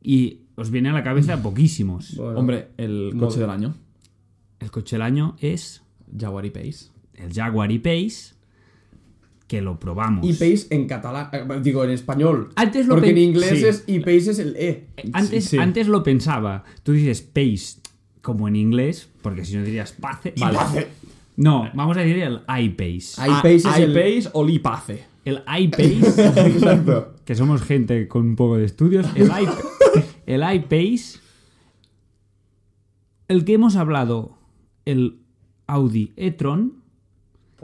Speaker 3: Y os viene a la cabeza poquísimos.
Speaker 2: Bueno,
Speaker 1: Hombre, el coche
Speaker 2: Modo.
Speaker 1: del año.
Speaker 3: El coche del año es
Speaker 1: Jaguar y Pace.
Speaker 3: el Jaguar E-Pace, que lo probamos.
Speaker 2: y pace en catalán, eh, digo en español.
Speaker 3: Antes lo
Speaker 2: Porque en
Speaker 3: pen-
Speaker 2: inglés
Speaker 3: sí.
Speaker 2: es y pace es el e.
Speaker 3: Antes,
Speaker 1: Sí, sí.
Speaker 3: antes lo pensaba. Tú dices pace como en inglés, porque si no dirías pace. Vale. No, vamos a decir el iPace.
Speaker 2: I- iPace es
Speaker 1: Ah,
Speaker 2: el-
Speaker 1: iPace o Lipace.
Speaker 3: El iPace,
Speaker 2: Exacto.
Speaker 3: que somos gente con un poco de estudios, el, i- el iPace, el que hemos hablado, el Audi e-tron,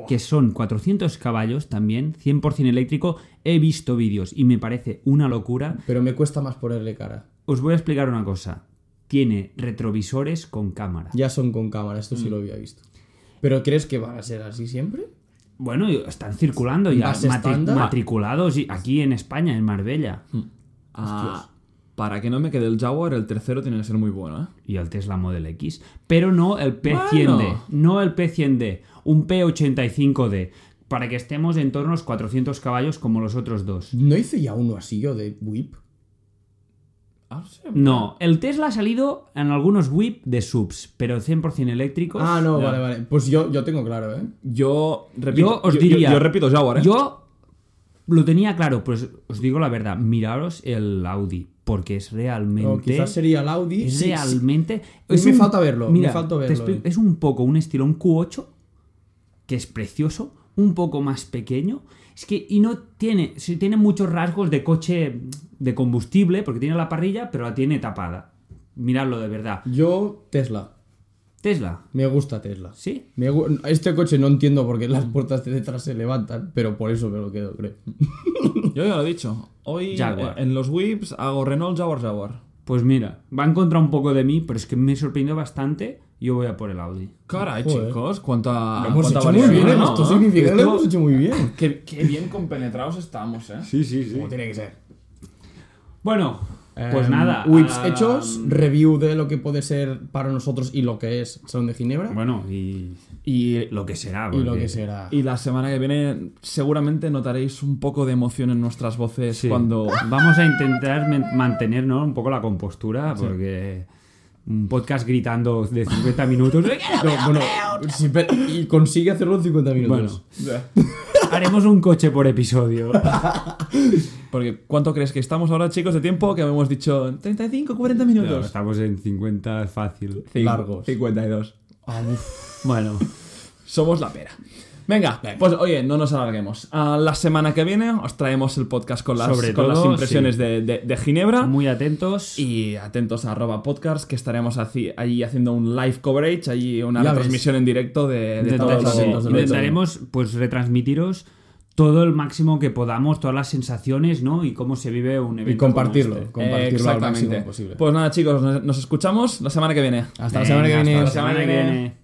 Speaker 3: que son 400 caballos también, 100% eléctrico. He visto vídeos y me parece una locura.
Speaker 2: Pero me cuesta más ponerle cara.
Speaker 3: Os voy a explicar una cosa. Tiene retrovisores con cámara.
Speaker 2: Ya son con cámara, esto sí
Speaker 1: Mm.
Speaker 2: lo había visto. ¿Pero crees que van a ser así siempre?
Speaker 3: Bueno, están circulando ya
Speaker 2: ¿Más
Speaker 3: matri-
Speaker 2: estándar?
Speaker 3: matriculados y- aquí en España, en Marbella.
Speaker 1: Ah, para que no me quede el Jaguar, el tercero tiene que ser muy bueno, ¿eh?
Speaker 3: Y el Tesla Model X. Pero no el P100D.
Speaker 1: Bueno.
Speaker 3: No el P100D. Un P85D. Para que estemos en torno a los 400 caballos como los otros dos.
Speaker 2: ¿No hice ya uno así yo de whip?
Speaker 1: Ah, sí.
Speaker 3: No, el Tesla ha salido en algunos whip de subs, pero 100% eléctricos.
Speaker 2: Ah, no,
Speaker 1: Ya.
Speaker 2: vale, vale. Pues yo, yo tengo claro, ¿eh?
Speaker 1: Yo repito.
Speaker 3: yo os diría.
Speaker 1: Yo, repito Jaguar, ¿eh?
Speaker 3: Yo lo tenía claro, pues os digo la verdad, miraros el Audi, porque es realmente.
Speaker 2: O quizás sería el Audi.
Speaker 3: es
Speaker 2: Sí, sí.
Speaker 3: realmente.
Speaker 2: Me
Speaker 3: es
Speaker 2: falta verlo, me
Speaker 3: mira,
Speaker 2: falta
Speaker 3: te
Speaker 2: verlo,
Speaker 3: explico,
Speaker 2: eh.
Speaker 3: Es un poco un estilo, un Q8, que es precioso, un poco más pequeño. Es que, y no tiene, sí, tiene muchos rasgos de coche de combustible, porque tiene la parrilla, pero la tiene tapada. Miradlo de verdad.
Speaker 2: Yo, Tesla.
Speaker 3: Tesla,
Speaker 2: Me gusta Tesla.
Speaker 3: ¿sí?
Speaker 2: Me gu- este coche no entiendo por qué las puertas de detrás se levantan, pero por eso me lo quedo, creo.
Speaker 1: Yo ya lo he dicho. Hoy
Speaker 3: Jaguar.
Speaker 1: eh, en los whips hago Renault, Jaguar, Jaguar.
Speaker 3: Pues mira, va en contra un poco de mí, pero es que me sorprendió bastante. Yo voy a por el Audi.
Speaker 1: Caray,
Speaker 2: Joder.
Speaker 1: chicos, cuánta.
Speaker 3: Ah,
Speaker 2: hemos
Speaker 1: cuánta
Speaker 2: hecho muy
Speaker 1: variación,
Speaker 2: bien,
Speaker 1: ¿no?
Speaker 2: esto significa que lo
Speaker 1: Esto-
Speaker 2: hemos hecho muy bien.
Speaker 1: Qué, qué bien compenetrados estamos, ¿eh?
Speaker 3: Sí, sí, sí.
Speaker 2: tiene que ser.
Speaker 3: Bueno, pues
Speaker 2: Em,
Speaker 3: nada.
Speaker 2: Whips
Speaker 3: ah,
Speaker 2: hechos, review de lo que puede ser para nosotros y lo que es Salón de Ginebra.
Speaker 3: Bueno, y,
Speaker 1: Y,
Speaker 3: lo que será.
Speaker 2: y lo
Speaker 3: porque-
Speaker 2: que será.
Speaker 1: y la semana que viene seguramente notaréis un poco de emoción en nuestras voces
Speaker 3: Sí.
Speaker 1: cuando.
Speaker 3: Vamos a intentar men- mantener ¿no? un poco la compostura, porque un podcast gritando de 50 minutos.
Speaker 2: No, bueno, sí, pero- y consigue hacerlo en 50 minutos.
Speaker 3: Haremos un coche por episodio.
Speaker 1: Porque ¿cuánto crees que estamos ahora, chicos, de tiempo? Que hemos dicho 35, 40
Speaker 3: Claro,
Speaker 1: minutos.
Speaker 3: estamos en 50 fácil.
Speaker 1: Cin-
Speaker 2: largos.
Speaker 1: 52.
Speaker 2: Ah, uf.
Speaker 3: Bueno,
Speaker 1: Somos la pera. Venga, pues oye, no nos alarguemos. Ah, la semana que viene os traemos el podcast con las,
Speaker 3: Sobre
Speaker 1: con
Speaker 3: todo,
Speaker 1: las impresiones
Speaker 3: sí.
Speaker 1: de, de- de Ginebra.
Speaker 3: muy atentos.
Speaker 1: Y atentos a arroba podcast, que estaremos haci- allí haciendo un live coverage, allí una
Speaker 2: Ya ves.
Speaker 1: transmisión en directo de, de
Speaker 3: Intenta-
Speaker 1: todos los
Speaker 2: sí.
Speaker 1: eventos del
Speaker 3: Intentaremos pues retransmitiros todo el máximo que podamos, todas las sensaciones, ¿no? Y cómo se vive un
Speaker 2: Y
Speaker 3: evento.
Speaker 2: compartirlo,
Speaker 3: como este.
Speaker 1: otoño.
Speaker 2: compartirlo al máximo
Speaker 1: Exactamente.
Speaker 2: posible.
Speaker 1: Pues nada, chicos, nos, nos escuchamos la semana que viene.
Speaker 2: Hasta la semana que
Speaker 3: Venga,
Speaker 2: viene.
Speaker 3: hasta la semana que viene.